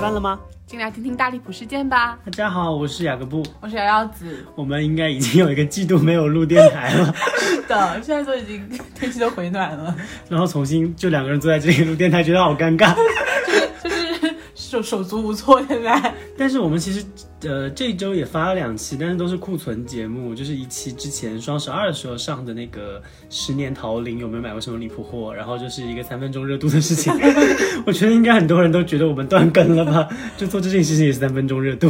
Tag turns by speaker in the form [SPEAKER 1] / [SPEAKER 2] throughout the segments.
[SPEAKER 1] 干了吗？
[SPEAKER 2] 进来听听大荔普事件吧。
[SPEAKER 1] 大家好，我是雅各布，
[SPEAKER 2] 我是瑶瑶子，
[SPEAKER 1] 我们应该已经有一个季度没有录电台了，
[SPEAKER 2] 是的， 现在都已经天气都回暖了，
[SPEAKER 1] 然后重新就两个人坐在这里录电台，觉得好尴尬。
[SPEAKER 2] 就是手手足无措现在。
[SPEAKER 1] 但是我们其实呃这一周也发了两期，但是都是库存节目，就是一期之前双十二的时候上的那个十年桃林有没有买过什么离谱货，然后就是一个三分钟热度的事情。 我觉得应该很多人都觉得我们断更了吧？就做这件事情也是三分钟热度。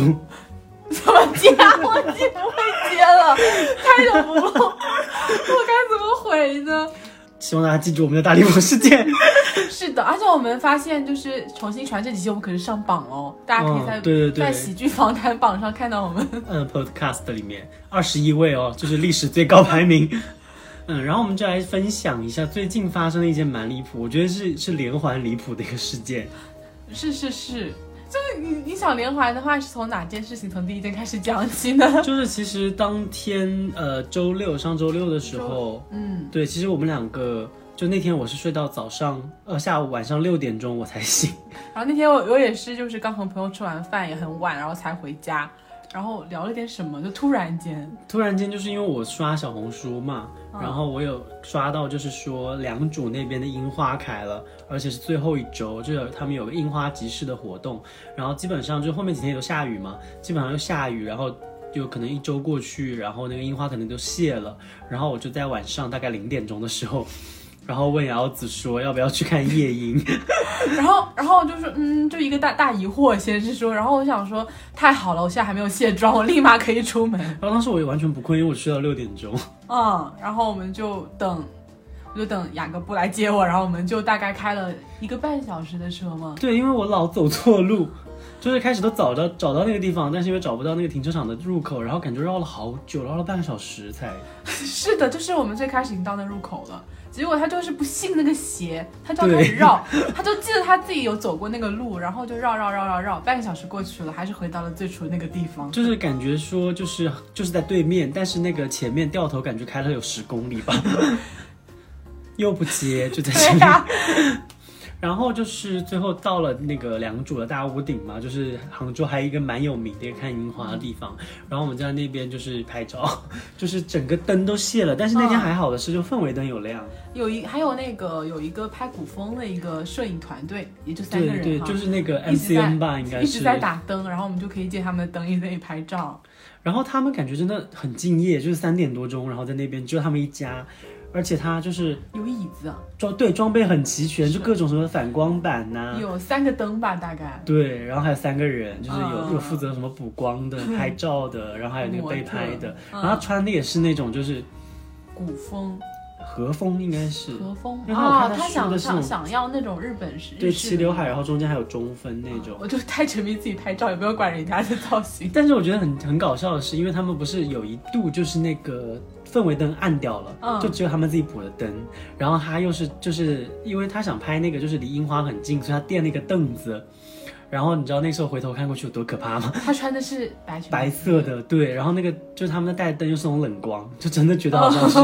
[SPEAKER 2] 怎么接？我接不会接了，开头不录，我该怎么回呢？
[SPEAKER 1] 希望大家记住我们的大离谱事件。
[SPEAKER 2] 是的，而且我们发现，就是重新传这几期，我们可是上榜哦，大家可以在、
[SPEAKER 1] 嗯对对对
[SPEAKER 2] 在喜剧访谈榜上看到我们。
[SPEAKER 1] 呃 Podcast 里面二十一位哦，就是历史最高排名。 嗯，然后我们就来分享一下最近发生的一件蛮离谱，我觉得是是连环离谱的一个事件。
[SPEAKER 2] 是是是，就是你你想连环的话，是从哪件事情从第一件开始讲起呢？
[SPEAKER 1] 就是其实当天呃周六上周六的时候，
[SPEAKER 2] 嗯，
[SPEAKER 1] 对，其实我们两个就那天我是睡到早上呃下午晚上六点钟我才醒，
[SPEAKER 2] 然后那天我我也是，就是刚和朋友吃完饭，也很晚，然后才回家，然后聊了点什么，就突然间，
[SPEAKER 1] 突然间就是因为我刷小红书嘛，然后我有刷到就是说良渚那边的樱花开了，而且是最后一周，就是他们有个樱花集市的活动，然后基本上就后面几天有下雨嘛，基本上又下雨，然后。就可能一周过去，然后那个樱花可能就谢了，然后我就在晚上大概零点钟的时候，然后问姚子说要不要去看夜樱，
[SPEAKER 2] 然后然后就是嗯，就一个大大疑惑，先是说，然后我想说，太好了，我现在还没有卸妆，我立马可以出门，
[SPEAKER 1] 然后当时我也完全不困，因为我睡到六点钟，
[SPEAKER 2] 嗯，然后我们就等，我就等雅各布来接我，然后我们就大概开了一个半小时的车嘛，
[SPEAKER 1] 对，因为我老走错路，就是开始都找到找到那个地方，但是因为找不到那个停车场的入口，然后感觉绕了好久，绕了半个小时才。
[SPEAKER 2] 是的，就是我们最开始已经到那入口了，结果他就是不信那个邪，他就要
[SPEAKER 1] 对
[SPEAKER 2] 开始绕， 他就记得他自己有走过那个路，然后就绕绕绕绕绕，半个小时过去了，还是回到了最初那个地方。
[SPEAKER 1] 就是感觉说，就是就是在对面，但是那个前面掉头感觉开了有十公里吧， 又不接，就在前
[SPEAKER 2] 对啊
[SPEAKER 1] 面。
[SPEAKER 2] 呀、
[SPEAKER 1] 然后就是最后到了那个良渚的大屋顶嘛，就是杭州还有一个蛮有名的一个看樱花的地方。然后我们在那边就是拍照， 就是整个灯都谢了，但是那天
[SPEAKER 2] 嗯
[SPEAKER 1] 还好的是，就氛围灯有亮。
[SPEAKER 2] 有一还有那个有一个拍古风的一个摄影团队，也就三个
[SPEAKER 1] 对
[SPEAKER 2] 人
[SPEAKER 1] 对，
[SPEAKER 2] 哈
[SPEAKER 1] 就是那个
[SPEAKER 2] 一直在
[SPEAKER 1] MCN 吧，应该
[SPEAKER 2] 一
[SPEAKER 1] 是
[SPEAKER 2] 直。在打灯，然后我们就可以借他们的灯一直在那里拍照。
[SPEAKER 1] 然后他们感觉真的很敬业，就是三点多钟，然后在那边只有他们一家，而且他就是
[SPEAKER 2] 有椅子啊，
[SPEAKER 1] 装对装备很齐全，
[SPEAKER 2] 是
[SPEAKER 1] 就各种什么反光板呐、
[SPEAKER 2] 有三个灯吧，大概。
[SPEAKER 1] 对，然后还有三个人，就是有、
[SPEAKER 2] 嗯
[SPEAKER 1] 有负责什么补光 的、拍照的，然后还有那个被拍的，
[SPEAKER 2] 模特嗯
[SPEAKER 1] 然后穿的也是那种就是
[SPEAKER 2] 古风、
[SPEAKER 1] 和风，应该是
[SPEAKER 2] 和风
[SPEAKER 1] 因为我看
[SPEAKER 2] 啊，
[SPEAKER 1] 他梳
[SPEAKER 2] 想
[SPEAKER 1] 的是
[SPEAKER 2] 想
[SPEAKER 1] 那种
[SPEAKER 2] 想要那种日本式
[SPEAKER 1] 对
[SPEAKER 2] 日式
[SPEAKER 1] 齐
[SPEAKER 2] 的
[SPEAKER 1] 刘海，然后中间还有中分那种。
[SPEAKER 2] 我就太沉迷自己拍照，也不要管人家的造型。
[SPEAKER 1] 但是我觉得很很搞笑的是，因为他们不是有一度就是那个氛围灯暗掉了，
[SPEAKER 2] 嗯
[SPEAKER 1] 就只有他们自己补的灯，然后他又是就是因为他想拍那个就是离樱花很近，所以他垫了一个凳子，然后你知道那时候回头看过去有多可怕吗？
[SPEAKER 2] 他穿的是白裙，
[SPEAKER 1] 白色，的，对，然后那个就是他们的带灯又是那种冷光，就真的觉得好像是、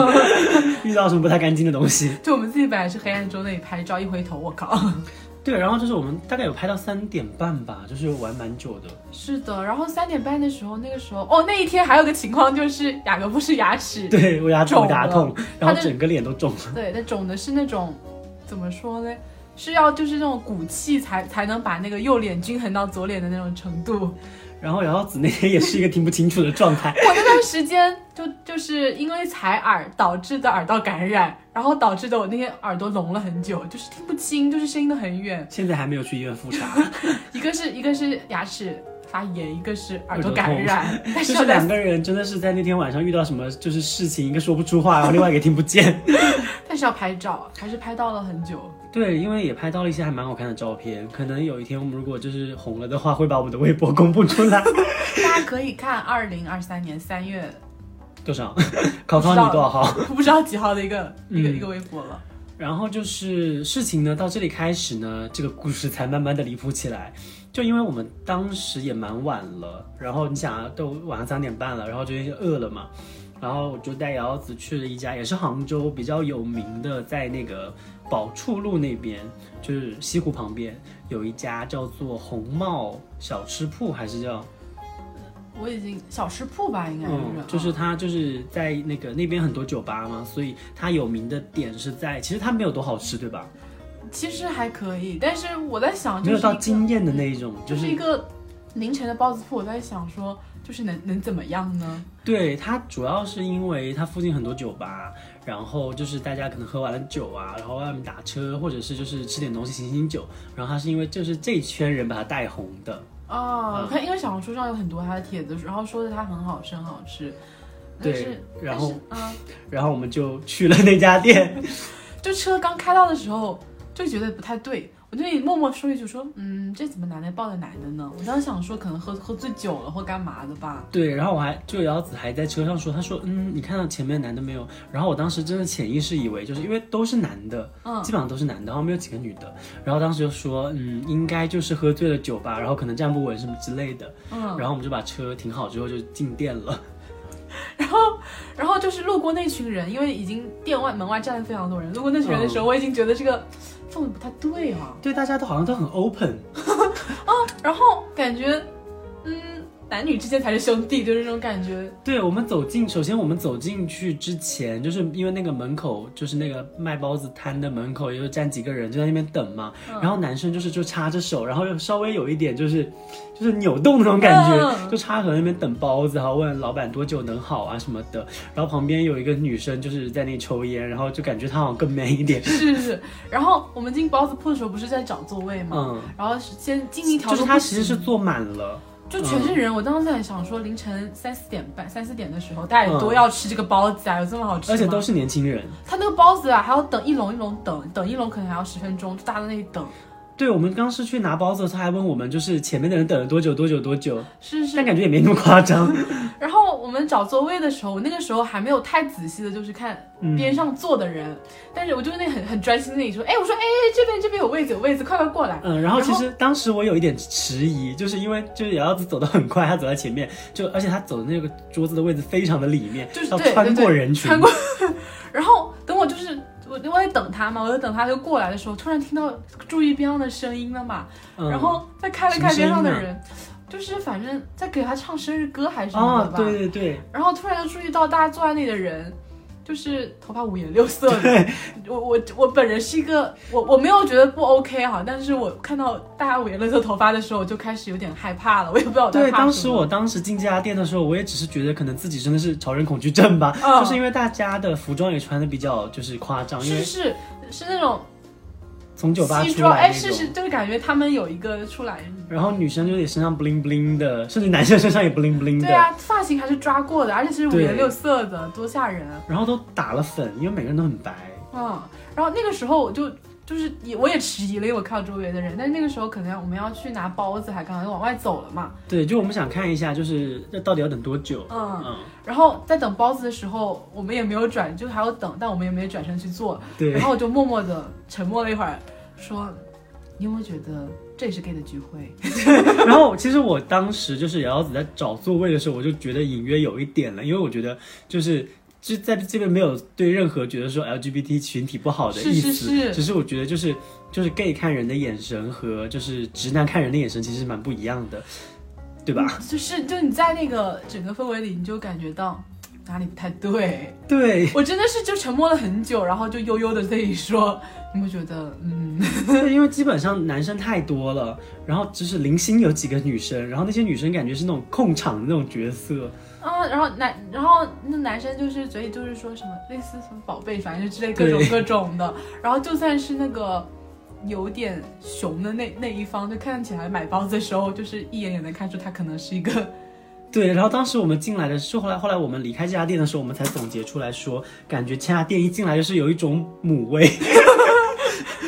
[SPEAKER 1] 遇到什么不太干净的东西。
[SPEAKER 2] 就我们自己本来是黑暗中那里拍照，一回头，我靠！
[SPEAKER 1] 对，然后就是我们大概有拍到三点半吧，就是玩蛮久的。
[SPEAKER 2] 是的，然后三点半的时候，那个时候哦，那一天还有个情况就是雅各布是牙齿，
[SPEAKER 1] 对我牙齿
[SPEAKER 2] 肿
[SPEAKER 1] 会打
[SPEAKER 2] 了
[SPEAKER 1] 痛，
[SPEAKER 2] 他
[SPEAKER 1] 然后
[SPEAKER 2] 就
[SPEAKER 1] 整个脸都肿了。
[SPEAKER 2] 对，那肿的是那种怎么说呢？是要就是那种骨气才才能把那个右脸均衡到左脸的那种程度。
[SPEAKER 1] 然后姚子那天也是一个听不清楚的状态，
[SPEAKER 2] 我那段时间就就是因为采耳导致的耳道感染，然后导致的我那天耳朵聋了很久，就是听不清，就是声音都很远。
[SPEAKER 1] 现在还没有去医院复 查，
[SPEAKER 2] 一个是一个是牙齿发炎，一个是耳朵
[SPEAKER 1] 耳朵痛
[SPEAKER 2] 感染， 但是
[SPEAKER 1] 就
[SPEAKER 2] 要
[SPEAKER 1] 哦是
[SPEAKER 2] 在
[SPEAKER 1] 两个人真的是在那天晚上遇到什么就是事情，一个说不出话，然后另外一个听不见。
[SPEAKER 2] 但是要拍照，还是拍到了很久。
[SPEAKER 1] 对，因为也拍到了一些还蛮好看的照片，可能有一天我们如果就是红了的话，会把我们的微博公布出来。
[SPEAKER 2] 大家可以看二零二三年三月，
[SPEAKER 1] 多少？ 考考你多少号？
[SPEAKER 2] 不知道几号的一个、一个
[SPEAKER 1] 哦嗯
[SPEAKER 2] 一个微博了。
[SPEAKER 1] 然后就是事情呢，到这里开始呢，这个故事才慢慢的离谱起来。就因为我们当时也蛮晚了，然后你想啊，都晚上三点半了，然后就饿了嘛，然后我就带瑶瑶子去了一家也是杭州比较有名的，在那个宝处路那边，就是西湖旁边有一家叫做红帽小吃铺，还是叫
[SPEAKER 2] 我已经小吃铺吧，哦应该是、哦
[SPEAKER 1] 嗯，就是它就是在那个那边很多酒吧嘛，所以它有名的点是在，其实它没有多好吃，对吧？
[SPEAKER 2] 嗯其实还可以，但是我在想，
[SPEAKER 1] 没
[SPEAKER 2] 啊就
[SPEAKER 1] 有
[SPEAKER 2] 是
[SPEAKER 1] 到
[SPEAKER 2] 一个
[SPEAKER 1] 惊艳的那一种，
[SPEAKER 2] 就是是一个凌晨的包子铺，我在想说，就是能能怎么样呢？
[SPEAKER 1] 对，它主要是因为它附近很多酒吧，然后就是大家可能喝完了酒啊，然后外面打车，或者是就是吃点东西醒醒酒，然后它是因为就是这一圈人把它带红的，
[SPEAKER 2] 啊，我看因为小红书上有很多他的帖子，然后说的它很好吃，很好吃。但
[SPEAKER 1] 对
[SPEAKER 2] 是，
[SPEAKER 1] 然后
[SPEAKER 2] 但是啊，
[SPEAKER 1] 然后我们就去了那家店，
[SPEAKER 2] 就车刚开到的时候就觉得不太对，我就默默说一句说，嗯，这怎么奶奶抱着奶奶呢？我当时想说可能喝喝醉酒了或干嘛的吧。
[SPEAKER 1] 对，然后我还就姚子还在车上说，他说嗯，你看到前面男的没有？然后我当时真的潜意识以为就是因为都是男的，
[SPEAKER 2] 嗯
[SPEAKER 1] 基本上都是男的，然后没有几个女的，然后当时就说嗯，应该就是喝醉了酒吧，然后可能站不稳什么之类的，
[SPEAKER 2] 嗯，
[SPEAKER 1] 然后我们就把车停好之后就进店了。
[SPEAKER 2] 然后就是路过那群人，因为已经店外门外站了非常多人，路过那群人的时候，我已经觉得这个氛围不太对啊。
[SPEAKER 1] 对，大家都好像都很 open，
[SPEAKER 2] 然后感觉，嗯，男女之间才是兄弟，就是那种感觉。
[SPEAKER 1] 对我们走进，首先我们走进去之前，就是因为那个门口，就是那个卖包子摊的门口，也就站几个人就在那边等嘛。然后男生就是就插着手，然后又稍微有一点就是就是扭动那种感觉，
[SPEAKER 2] 嗯
[SPEAKER 1] 就插手在那边等包子，然后问老板多久能好啊什么的。然后旁边有一个女生就是在那里抽烟，然后就感觉她好像更 man 一点。
[SPEAKER 2] 是是是。然后我们进包子铺的时候，不是在找座位吗？
[SPEAKER 1] 嗯，
[SPEAKER 2] 然后是先进一条
[SPEAKER 1] 就
[SPEAKER 2] 路
[SPEAKER 1] 是
[SPEAKER 2] 不行，
[SPEAKER 1] 她其实是坐满了。
[SPEAKER 2] 就全
[SPEAKER 1] 嗯
[SPEAKER 2] 是人。我当时在想说，凌晨三四点半、三四点的时候，大家有多要吃这个包子啊？有这么好吃吗？
[SPEAKER 1] 嗯而且都是年轻人，
[SPEAKER 2] 他那个包子啊，还要等一笼一笼等，等一笼可能还要十分钟，就大家在那里等。
[SPEAKER 1] 对我们刚是去拿包子，的时候，他还问我们就是前面的人等了多久多久多久，
[SPEAKER 2] 是是
[SPEAKER 1] 但。感觉也没那么 夸张。
[SPEAKER 2] 然后我们找座位的时候，我那个时候还没有太仔细的，就是看
[SPEAKER 1] 嗯
[SPEAKER 2] 边上坐的人，但是我就是那很很专心的那里说，哎，我说哎这边这边有位子有位子，快快过来。
[SPEAKER 1] 嗯，然后其实当时我有一点迟疑，就是因为就是瑶瑶子走得很快，她走在前面，就而且她走的那个桌子的位置非常的里面，
[SPEAKER 2] 就是
[SPEAKER 1] 要
[SPEAKER 2] 对
[SPEAKER 1] 穿
[SPEAKER 2] 对对
[SPEAKER 1] 过人群
[SPEAKER 2] 穿。过。然后等我就是我我在等他嘛，我在等他就过来的时候，突然听到注意边上的声音了嘛，
[SPEAKER 1] 嗯、
[SPEAKER 2] 然后再看了
[SPEAKER 1] 什么
[SPEAKER 2] 看边上的
[SPEAKER 1] 声音啊
[SPEAKER 2] 人，就是反正在给他唱生日歌还是什么的
[SPEAKER 1] 哦，
[SPEAKER 2] 吧。
[SPEAKER 1] 对对对，
[SPEAKER 2] 然后突然就注意到大家坐在那里的人，就是头发五颜六色 的。我我我本人是一个，我我没有觉得不 OK 哈，但是我看到大家五颜六色头发的时候，我就开始有点害怕了。我也不知道我在
[SPEAKER 1] 对，
[SPEAKER 2] 怕什么
[SPEAKER 1] 当时我当时进这家店的时候，我也只是觉得可能自己真的是潮人恐惧症吧，
[SPEAKER 2] 嗯
[SPEAKER 1] 就是因为大家的服装也穿的比较就是夸张，因
[SPEAKER 2] 是
[SPEAKER 1] 为
[SPEAKER 2] 是是那种
[SPEAKER 1] 从酒吧
[SPEAKER 2] 西
[SPEAKER 1] 出
[SPEAKER 2] 装，
[SPEAKER 1] 来
[SPEAKER 2] 哎，
[SPEAKER 1] 那
[SPEAKER 2] 是
[SPEAKER 1] 种。
[SPEAKER 2] 是，就是感觉他们有一个出来。嗯
[SPEAKER 1] 然后女生就得身上 bling bling 的，甚至男生身上也 bling bling 的。
[SPEAKER 2] 对啊，发型还是抓过的，而且是五
[SPEAKER 1] 对
[SPEAKER 2] 颜六色的，多吓人啊！
[SPEAKER 1] 然后都打了粉，因为每个人都很白。
[SPEAKER 2] 嗯，然后那个时候我就就是也我也迟疑了，因为我看到周围的人，但是那个时候可能我们要去拿包子，还刚刚往外走了嘛，
[SPEAKER 1] 对，就我们想看一下，就是这到底要等多久？
[SPEAKER 2] 嗯，
[SPEAKER 1] 嗯，
[SPEAKER 2] 然后在等包子的时候，我们也没有转，就还要等，但我们也没转身去做，
[SPEAKER 1] 对
[SPEAKER 2] 然，后我就默默的沉默了一会儿，说，你有没有觉得这也是 gay 的聚会？
[SPEAKER 1] 然后其实我当时就是瑶瑶子在找座位的时候，我就觉得隐约有一点了，因为我觉得就是就在这边没有对任何觉得说 LGBT 群体不好的
[SPEAKER 2] 是
[SPEAKER 1] 意思，
[SPEAKER 2] 是是
[SPEAKER 1] 只是我觉得就是就是 gay 看人的眼神和就是直男看人的眼神其实蛮不一样的，对
[SPEAKER 2] 嗯
[SPEAKER 1] 吧？
[SPEAKER 2] 就是就你在那个整个氛围里，你就感觉到哪里不太对。
[SPEAKER 1] 对，
[SPEAKER 2] 我真的是就沉默了很久，然后就悠悠的自己说，你会觉得嗯，
[SPEAKER 1] 对，因为基本上男生太多了，然后就是零星有几个女生，然后那些女生感觉是那种控场的那种角色，
[SPEAKER 2] 啊，然后男，然后那男生就是嘴里就是说什么类似什么宝贝，反正就之类各
[SPEAKER 1] 对
[SPEAKER 2] 种各种的，然后就算是那个。有点熊的那那一方，就看起来买包子的时候，就是一眼也能看出他可能是一个
[SPEAKER 1] 对，然后当时我们进来的时候，后来后来我们离开这家店的时候，我们才总结出来说，感觉这家店一进来就是有一种母味，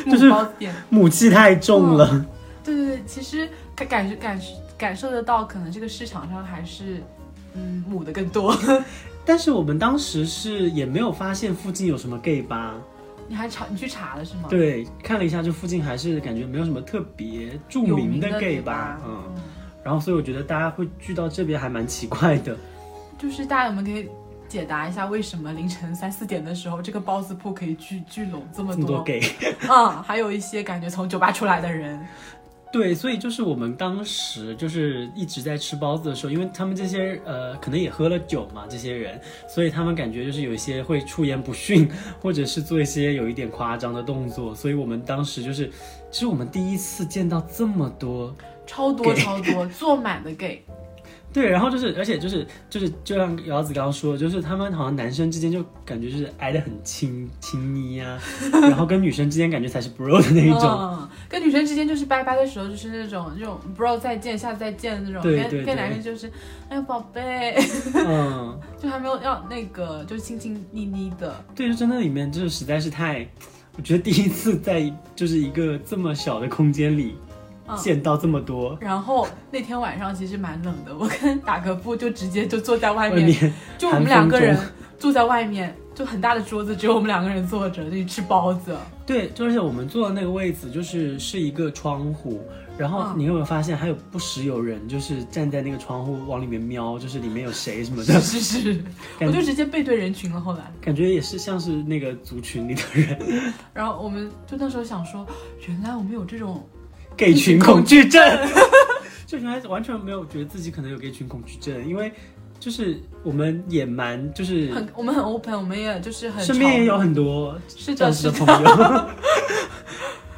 [SPEAKER 1] 就是
[SPEAKER 2] 母 包子店。
[SPEAKER 1] 母气太重了。
[SPEAKER 2] 对对对，其实感感觉感感受得到，可能这个市场上还是嗯母的更多。
[SPEAKER 1] 但是我们当时是也没有发现附近有什么 gay 吧，
[SPEAKER 2] 你还查你去查了是吗？
[SPEAKER 1] 对，看了一下，就附近还是感觉没有什么特别著
[SPEAKER 2] 有
[SPEAKER 1] 名
[SPEAKER 2] 的
[SPEAKER 1] gay
[SPEAKER 2] 吧
[SPEAKER 1] 吧，，嗯，，然后所以我觉得大家会聚到这边还蛮奇怪的。
[SPEAKER 2] 就是大家有没有可以解答一下为什么凌晨三四点的时候，这个包子铺可以聚聚拢这么
[SPEAKER 1] 这么多
[SPEAKER 2] 多？
[SPEAKER 1] gay。
[SPEAKER 2] 嗯，还有一些感觉从酒吧出来的人，
[SPEAKER 1] 对，所以就是我们当时就是一直在吃包子的时候，因为他们这些呃可能也喝了酒嘛，这些人，所以他们感觉就是有一些会出言不逊，或者是做一些有一点夸张的动作，所以我们当时就是，其实我们第一次见到这么多
[SPEAKER 2] 超多超多，坐满的 gay。
[SPEAKER 1] 对，然后就是，而且就是就是，就像姚子刚刚说的，就是他们好像男生之间就感觉就是挨得很亲亲昵啊，然后跟女生之间感觉才是 bro 的那一种。
[SPEAKER 2] 嗯，跟女生之间就是拜拜的时候，就是那种那种 bro 再见，下次再见的那种。
[SPEAKER 1] 对对
[SPEAKER 2] 跟跟男
[SPEAKER 1] 对
[SPEAKER 2] 生就是，哎宝贝，
[SPEAKER 1] 嗯，
[SPEAKER 2] 就还没有要那个，就亲亲腻腻 的。
[SPEAKER 1] 对，就真的里面就是实在是太，我觉得第一次在就是一个这么小的空间里
[SPEAKER 2] 嗯
[SPEAKER 1] 见到这么多。
[SPEAKER 2] 然后那天晚上其实蛮冷的，我跟打个布就直接就坐在外
[SPEAKER 1] 外
[SPEAKER 2] 面，
[SPEAKER 1] 面
[SPEAKER 2] 就我们两个人坐在外面，就很大的桌子，只有我们两个人坐着，就吃包 子。
[SPEAKER 1] 对，就是我们坐的那个位置，就是是一个窗户，然后
[SPEAKER 2] 嗯
[SPEAKER 1] 你有没有发现，还有不时有人就是站在那个窗户往里面瞄，就是里面有谁什么的
[SPEAKER 2] 是，是是，我就直接背对人群了。后来，
[SPEAKER 1] 感觉也是像是那个族群里的人
[SPEAKER 2] 然后我们就那时候想说，原来我们有这种，
[SPEAKER 1] ，gay 群恐惧症， 就原来完全没有觉得自己可能有 gay 群恐惧症，因为就是我们也蛮就是
[SPEAKER 2] 很我们很 open，我们嗯也就是很
[SPEAKER 1] 身边也
[SPEAKER 2] 常
[SPEAKER 1] 有很多
[SPEAKER 2] 是的
[SPEAKER 1] 这样子
[SPEAKER 2] 是的，
[SPEAKER 1] 的 朋友。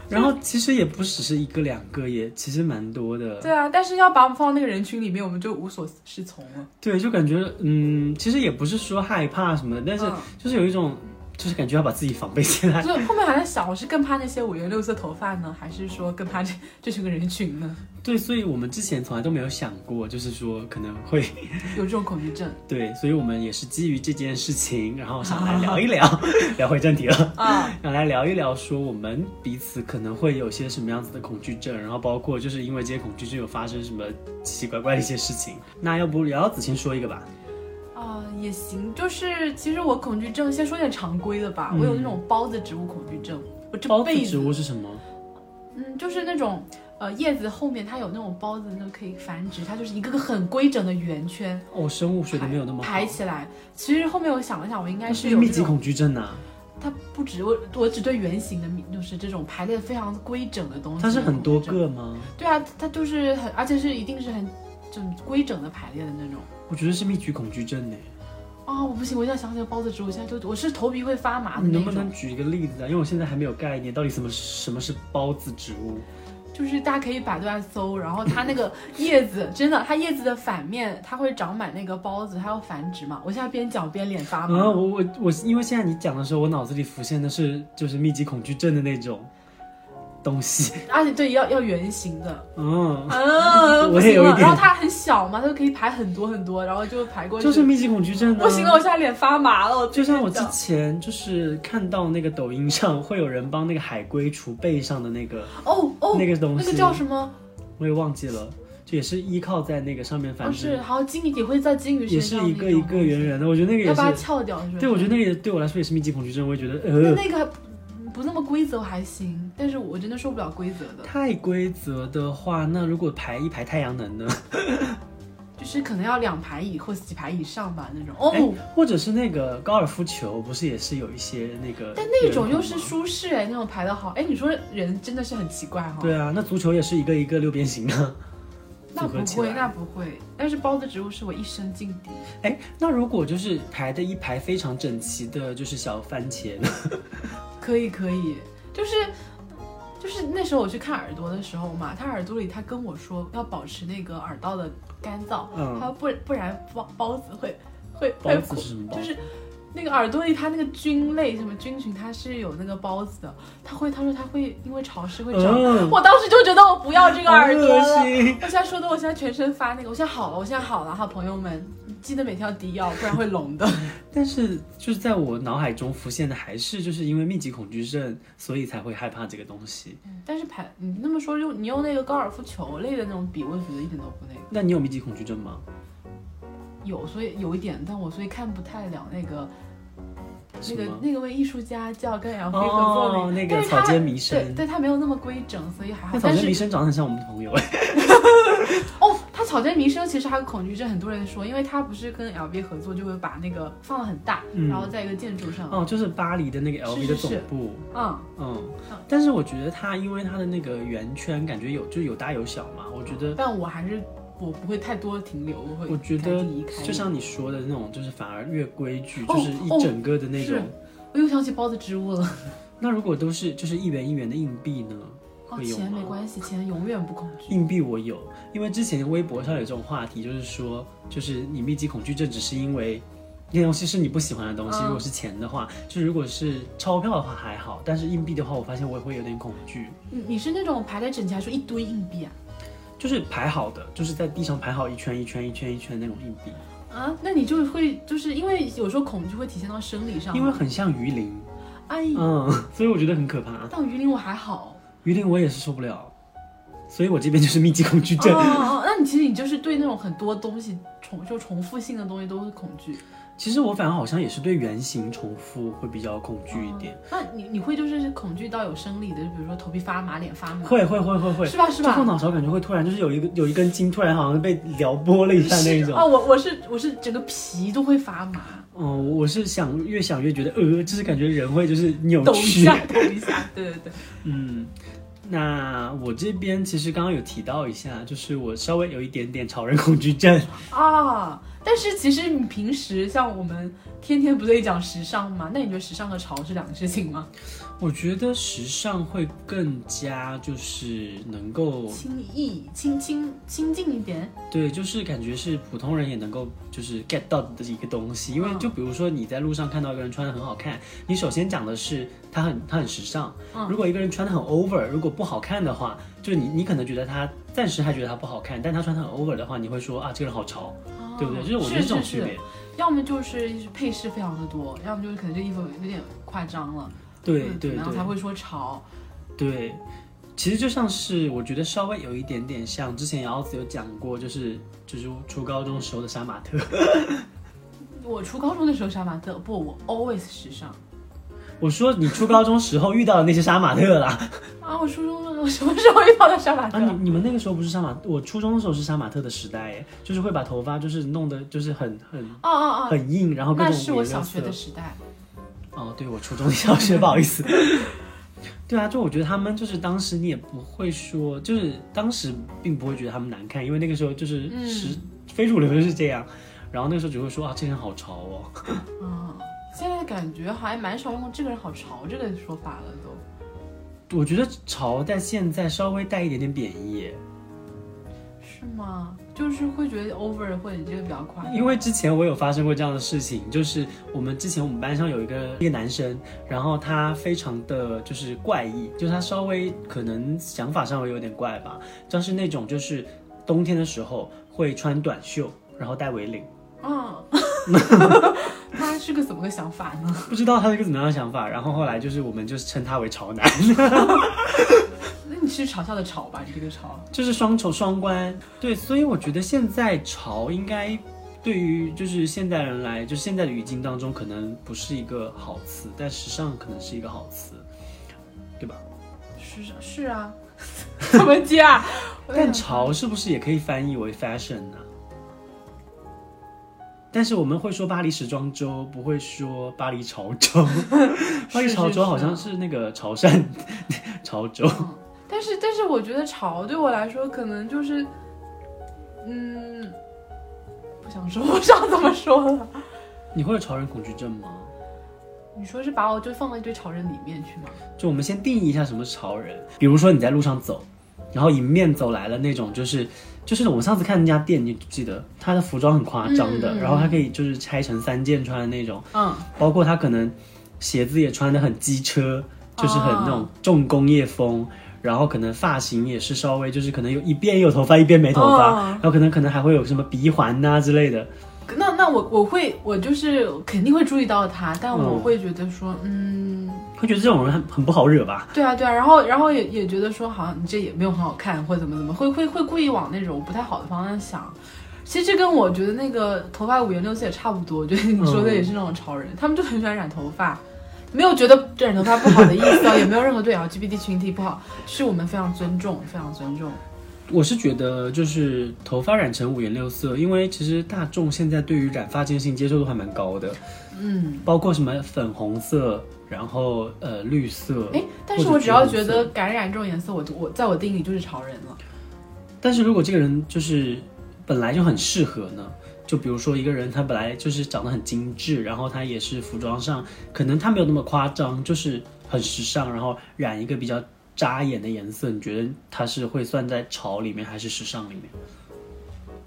[SPEAKER 1] 然后其实也不只是一个两个，也其实蛮多的。
[SPEAKER 2] 对啊，但是要把我们放到那个人群里面，我们就无所适从了。
[SPEAKER 1] 对，就感觉嗯，其实也不是说害怕什么的，但是
[SPEAKER 2] 嗯
[SPEAKER 1] 就是有一种，就是感觉要把自己防备起来。
[SPEAKER 2] 所以后面还在想，我是更怕那些五颜六色头发呢，还是说更怕这 这群人群呢？
[SPEAKER 1] 对，所以我们之前从来都没有想过，就是说可能会
[SPEAKER 2] 有这种恐惧症
[SPEAKER 1] 对，所以我们也是基于这件事情，然后 想来聊一聊， 聊回正题了。
[SPEAKER 2] 啊？
[SPEAKER 1] 想来聊一聊，说我们彼此可能会有些什么样子的恐惧症，然后包括就是因为这些恐惧症有发生什么奇奇怪怪的一些事情。那要不姚子先说一个吧？
[SPEAKER 2] 啊、也行，就是其实我恐惧症，先说点常规的吧。
[SPEAKER 1] 嗯
[SPEAKER 2] 我有那种包子植物恐惧症，我这
[SPEAKER 1] 包子
[SPEAKER 2] 辈
[SPEAKER 1] 植
[SPEAKER 2] 子，
[SPEAKER 1] 物是什么？
[SPEAKER 2] 嗯，就是那种呃叶子后面它有那种包子，那种可以繁殖，它就是一个个很规整的圆圈
[SPEAKER 1] 哦，生物学的没有那么好
[SPEAKER 2] 排，起来。其实后面我想了想，我应该是
[SPEAKER 1] 是
[SPEAKER 2] 有
[SPEAKER 1] 密
[SPEAKER 2] 那
[SPEAKER 1] 集
[SPEAKER 2] 种，
[SPEAKER 1] 恐惧症啊呐、
[SPEAKER 2] 它不止我，我只对圆形的密，就是这种排列非常规整的东西，
[SPEAKER 1] 它是很多
[SPEAKER 2] 恐惧症。
[SPEAKER 1] 个吗？
[SPEAKER 2] 对啊，它就是很，而且是一定是很就规整的排列的那种。
[SPEAKER 1] 我觉得是密集恐惧症呢。
[SPEAKER 2] 啊、我不行，我现在想起来包子植物，现在就我是头皮会发麻的
[SPEAKER 1] 你
[SPEAKER 2] 啊那种。
[SPEAKER 1] 嗯能不能举一个例子啊？因为我现在还没有概念，到底什么什么是孢子植物？
[SPEAKER 2] 就是大家可以百度上搜，然后它那个叶子，真的，它叶子的反面它会长满那个孢子，它要繁殖嘛。我现在边讲边脸发
[SPEAKER 1] 啊，
[SPEAKER 2] 麻，
[SPEAKER 1] 我我我，因为现在你讲的时候，我脑子里浮现的是就是密集恐惧症的那种东西。
[SPEAKER 2] 而且对，要要圆形的，
[SPEAKER 1] 嗯，
[SPEAKER 2] 嗯，不
[SPEAKER 1] 我
[SPEAKER 2] 行
[SPEAKER 1] 也有一
[SPEAKER 2] 了。
[SPEAKER 1] 点
[SPEAKER 2] 然后它很小嘛，它就可以排很多很多，然后就排过去。
[SPEAKER 1] 就是密集恐惧症、啊。
[SPEAKER 2] 不行了，我现在脸发麻了，我
[SPEAKER 1] 就像我之
[SPEAKER 2] 真的
[SPEAKER 1] 前就是看到那个抖音上会有人帮那个海龟除背上的那个，
[SPEAKER 2] 哦哦，
[SPEAKER 1] 那个东西
[SPEAKER 2] 那个叫什么？哦
[SPEAKER 1] 我也忘记了，就也是依靠在那个上面
[SPEAKER 2] 哦，
[SPEAKER 1] 繁
[SPEAKER 2] 是，
[SPEAKER 1] 殖，
[SPEAKER 2] 然后金鱼也会在金鱼
[SPEAKER 1] 也
[SPEAKER 2] 身
[SPEAKER 1] 是
[SPEAKER 2] 上
[SPEAKER 1] 一
[SPEAKER 2] 那
[SPEAKER 1] 个
[SPEAKER 2] 种
[SPEAKER 1] 一个圆圆的。我觉得那个
[SPEAKER 2] 要
[SPEAKER 1] 也
[SPEAKER 2] 把它
[SPEAKER 1] 是，
[SPEAKER 2] 撬掉是吧？
[SPEAKER 1] 对我觉得那个也对我来说也是密集恐惧症，我也觉得
[SPEAKER 2] 那
[SPEAKER 1] 呃
[SPEAKER 2] 那个不那么规则还行，但是我真的受不了规则的，
[SPEAKER 1] 太规则的话，那如果排一排太阳能呢？
[SPEAKER 2] 就是可能要两排以或几排以上吧那种。哦，
[SPEAKER 1] 哎或者是那个高尔夫球，不是也是有一些那个圆孔吗？
[SPEAKER 2] 但那种又是舒适哎，那种排的好哎，你说人真的是很奇怪哈、
[SPEAKER 1] 对啊，那足球也是一个一个六边形的。
[SPEAKER 2] 那不
[SPEAKER 1] 组合起
[SPEAKER 2] 会，
[SPEAKER 1] 来
[SPEAKER 2] 那不会。但是包子植物是我一生劲敌，
[SPEAKER 1] 哎，那如果就是排的一排非常整齐的，就是小番茄呢？
[SPEAKER 2] 可以可以，就是就是那时候我去看耳朵的时候嘛，他耳朵里他跟我说要保持那个耳道的干燥，
[SPEAKER 1] 嗯
[SPEAKER 2] 他说不不然包包子会会会
[SPEAKER 1] 包子是什么包
[SPEAKER 2] 就是那个耳朵里它那个菌类什么菌群，它是有那个孢子的，它会，他说它会因为潮湿会长。
[SPEAKER 1] 嗯
[SPEAKER 2] 我当时就觉得我不要这个耳朵
[SPEAKER 1] 好恶
[SPEAKER 2] 了。
[SPEAKER 1] 心
[SPEAKER 2] 我现在说的，我现在全身发那个，我现在好了，我现在好了哈，朋友们，记得每天要滴药，不然会聋的。
[SPEAKER 1] 但是就是在我脑海中浮现的还是就是因为密集恐惧症，所以才会害怕这个东西。
[SPEAKER 2] 但是排你那么说，用你用那个高尔夫球类的那种笔，我觉得一点都不那个
[SPEAKER 1] 那你有密集恐惧症吗？
[SPEAKER 2] 有，所以有一点，但我所以看不太了那个那
[SPEAKER 1] 什
[SPEAKER 2] 个
[SPEAKER 1] 么？
[SPEAKER 2] 那个位艺术家叫跟杨飞合作
[SPEAKER 1] 哦，那
[SPEAKER 2] 但
[SPEAKER 1] 个
[SPEAKER 2] 是
[SPEAKER 1] 草
[SPEAKER 2] 他
[SPEAKER 1] 间弥
[SPEAKER 2] 对
[SPEAKER 1] 生，
[SPEAKER 2] 对，他没有那么规整，所以还好
[SPEAKER 1] 那。草
[SPEAKER 2] 但
[SPEAKER 1] 间
[SPEAKER 2] 是
[SPEAKER 1] 弥生长得很像我们的朋友哎。
[SPEAKER 2] 哦，他草间弥生其实还有恐惧症，很多人说，因为他不是跟 LV 合作，就会把那个放的很大，
[SPEAKER 1] 嗯
[SPEAKER 2] 然后在一个建筑上，
[SPEAKER 1] 哦，就是巴黎的那个
[SPEAKER 2] 嗯是
[SPEAKER 1] LV
[SPEAKER 2] 是
[SPEAKER 1] 的总
[SPEAKER 2] 是
[SPEAKER 1] 部，
[SPEAKER 2] 嗯，
[SPEAKER 1] 嗯，但是我觉得它因为它的那个圆圈，感觉有就是有大有小嘛，我觉得。
[SPEAKER 2] 嗯但我还是我不会太多停留，我会
[SPEAKER 1] 我觉
[SPEAKER 2] 赶
[SPEAKER 1] 得
[SPEAKER 2] 紧移开。
[SPEAKER 1] 就像你说的那种，就是反而越规矩，
[SPEAKER 2] 哦
[SPEAKER 1] 就是一
[SPEAKER 2] 哦
[SPEAKER 1] 整个的那种。
[SPEAKER 2] 哎我又想起包子植物了。
[SPEAKER 1] 那如果都是就是一元一元的硬币呢？
[SPEAKER 2] 哦，
[SPEAKER 1] 会有
[SPEAKER 2] 钱没
[SPEAKER 1] 吗
[SPEAKER 2] 关系，钱永远不恐惧。
[SPEAKER 1] 硬币我有，因为之前微博上有这种话题，就是说，就是你密集恐惧症只是因为那东西是你不喜欢的东西。
[SPEAKER 2] 嗯
[SPEAKER 1] 如果是钱的话，就如果是钞票的话还好，但是硬币的话，我发现我也会有点恐惧。
[SPEAKER 2] 你你是那种排在整齐来说一堆硬币啊？
[SPEAKER 1] 就是排好的，就是在地上排好一圈一圈一圈一圈那种硬币，
[SPEAKER 2] 啊，那你就会就是因为有时候恐惧会体现到生理上嘛。
[SPEAKER 1] 因为很像鱼鳞，
[SPEAKER 2] 哎，
[SPEAKER 1] 嗯， 所以我觉得很可怕。
[SPEAKER 2] 但我鱼鳞我还好。
[SPEAKER 1] 鱼鳞我也是受不了，所以我这边 就是密集恐惧症。
[SPEAKER 2] 哦哦，哦那你其实你就是对那种很多东西重就重复性的东西都是恐惧
[SPEAKER 1] 其实我反而好像也是对圆形重复会比较恐惧一点，。
[SPEAKER 2] 哦那你你会就是恐惧到有生理的，比如说头皮发麻、脸发麻，
[SPEAKER 1] 会会会会会。
[SPEAKER 2] 是吧？是
[SPEAKER 1] 就后
[SPEAKER 2] 吧？
[SPEAKER 1] 脑勺感觉会突然就是有一个有一根筋突然好像被撩拨了一下那
[SPEAKER 2] 是
[SPEAKER 1] 种。
[SPEAKER 2] 哦，我我是我是整个皮都会发麻，
[SPEAKER 1] 嗯，我是想越想越觉得呃，就是感觉人会就是扭
[SPEAKER 2] 抖一
[SPEAKER 1] 曲。
[SPEAKER 2] 下，抖一下，对对对，
[SPEAKER 1] 嗯，那我这边其实刚刚有提到一下，就是我稍微有一点点潮人恐 惧症。
[SPEAKER 2] 啊。但是其实你平时像我们天天不是也讲时尚吗？那你觉得时尚和潮是两个事情吗？
[SPEAKER 1] 我觉得时尚会更加就是能够
[SPEAKER 2] 轻易、亲亲亲近一点，
[SPEAKER 1] 对，就是感觉是普通人也能够就是 get 到的一个东西，因为
[SPEAKER 2] 嗯
[SPEAKER 1] 就比如说你在路上看到一个人穿的很好看，你首先讲的是他很他很时尚
[SPEAKER 2] 嗯，
[SPEAKER 1] 如果一个人穿的很 over，如果不好看的话，就是你你可能觉得他暂时还觉得他不好看，但他穿的很 over 的话，你会说啊这个人好潮，对不对？就是我觉得
[SPEAKER 2] 嗯是
[SPEAKER 1] 这种
[SPEAKER 2] 哦是
[SPEAKER 1] 区
[SPEAKER 2] 是，
[SPEAKER 1] 别，
[SPEAKER 2] 要么就是配饰非常的多，要么就是可能这衣服有点夸张了，
[SPEAKER 1] 对
[SPEAKER 2] 嗯
[SPEAKER 1] 对
[SPEAKER 2] 然后才
[SPEAKER 1] 对
[SPEAKER 2] 会说潮。
[SPEAKER 1] 对。其实就像是我觉得稍微有一点点像之前姚子有讲过，就是就是初高中时候的杀马特，
[SPEAKER 2] 我初高中的时候杀马特，不，我 always 时尚
[SPEAKER 1] 我说你初高中时候遇到的那些杀马特啦。
[SPEAKER 2] 啊！我初中的我什么时候遇到的杀马特？
[SPEAKER 1] 啊，你你们那个时候不是杀马，我初中的时候是杀马特的时代，哎，就是会把头发就是弄得就是很很
[SPEAKER 2] 哦哦哦，
[SPEAKER 1] 很硬，然后各
[SPEAKER 2] 那
[SPEAKER 1] 种
[SPEAKER 2] 是我
[SPEAKER 1] 五颜六
[SPEAKER 2] 小学
[SPEAKER 1] 色
[SPEAKER 2] 的时代。
[SPEAKER 1] 哦，对，我初中小学， 不好意思。对啊，就我觉得他们就是当时你也不会说，就是当时并不会觉得他们难看，因为那个时候就是
[SPEAKER 2] 嗯
[SPEAKER 1] 时、非主流就是这样，然后那个时候只会说啊，这个人好潮哦。
[SPEAKER 2] 嗯，现在感觉还蛮少用“这个人好潮”这个说法了都。
[SPEAKER 1] 我觉得潮在现在稍微带一点点贬义耶，
[SPEAKER 2] 是吗？就是会觉得 over 或者你这个比较夸张，
[SPEAKER 1] 因为之前我有发生过这样的事情，就是我们之前我们班上有一个一个男生，然后他非常的就是怪异，就是他稍微可能想法上微有点怪吧，像是那种就是冬天的时候会穿短袖，然后戴围领，
[SPEAKER 2] 嗯， 他是个怎么个想法呢？
[SPEAKER 1] 不知道他是一个怎么样的想法。然后后来就是我们就是称他为潮男，
[SPEAKER 2] 那你是嘲笑的嘲吧？你这个嘲，
[SPEAKER 1] 就是双重双关。对，所以我觉得现在潮应该。对于就是现代人来，就是现在的语境当中，可能不是一个好词，但时尚可能是一个好词，对吧？
[SPEAKER 2] 是是 啊，怎么接啊？
[SPEAKER 1] 但潮是不是也可以翻译为 fashion 呢、但是我们会说巴黎时装周，不会说巴黎潮 州。巴黎潮州好像是那个潮汕潮州。
[SPEAKER 2] 嗯但是但是我觉得潮对我来说可能就是，嗯，不想说，我不知道怎么说了。
[SPEAKER 1] 你会有潮人恐惧症吗？
[SPEAKER 2] 你说是把我就放到一堆潮人里面去吗？
[SPEAKER 1] 就我们先定义一下什么是潮人。比如说你在路上走，然后迎面走来了那种，就是就是我们上次看那家店，你记得他的服装很夸张的，
[SPEAKER 2] 嗯嗯嗯
[SPEAKER 1] 然后他可以就是拆成三件穿的那种。
[SPEAKER 2] 嗯，
[SPEAKER 1] 包括他可能鞋子也穿的很机车，就是很那种重工业风，然后可能发型也是稍微就是可能有一边有头发一边没头发，
[SPEAKER 2] 哦
[SPEAKER 1] 然后可能可能还会有什么鼻环呐、之类的。
[SPEAKER 2] 那那我我会我就是肯定会注意到他，但我
[SPEAKER 1] 嗯
[SPEAKER 2] 会觉得说，嗯
[SPEAKER 1] 会觉得这种人很很不好惹吧？
[SPEAKER 2] 对啊，对啊，然后然后也也觉得说，好像你这也没有很好看，或者怎么怎么，会会会故意往那种不太好的方向想。其实这跟我觉得那个头发五颜六色也差不多，我觉得你说的也是那
[SPEAKER 1] 嗯
[SPEAKER 2] 种潮人，他们就很喜欢染头发，没有觉得染头发啊不好的意思哦，也没有任何对 LGBT 群体不好，是我们非常尊重，非常尊重。
[SPEAKER 1] 我是觉得就是头发染成五颜六色，因为其实大众现在对于染发这件事情接受度还蛮高的，
[SPEAKER 2] 嗯，
[SPEAKER 1] 包括什么粉红色，然后呃绿色。
[SPEAKER 2] 哎，但是
[SPEAKER 1] 或者
[SPEAKER 2] 我只要
[SPEAKER 1] 橘
[SPEAKER 2] 觉
[SPEAKER 1] 红色
[SPEAKER 2] 得感染这种颜色，我就我在我定义里就是潮人了。
[SPEAKER 1] 但是如果这个人就是本来就很适合呢，就比如说一个人他本来就是长得很精致，然后他也是服装上可能他没有那么夸张，就是很时尚，然后染一个比较扎眼的颜色，你觉得他是会算在潮里面还是时尚里面？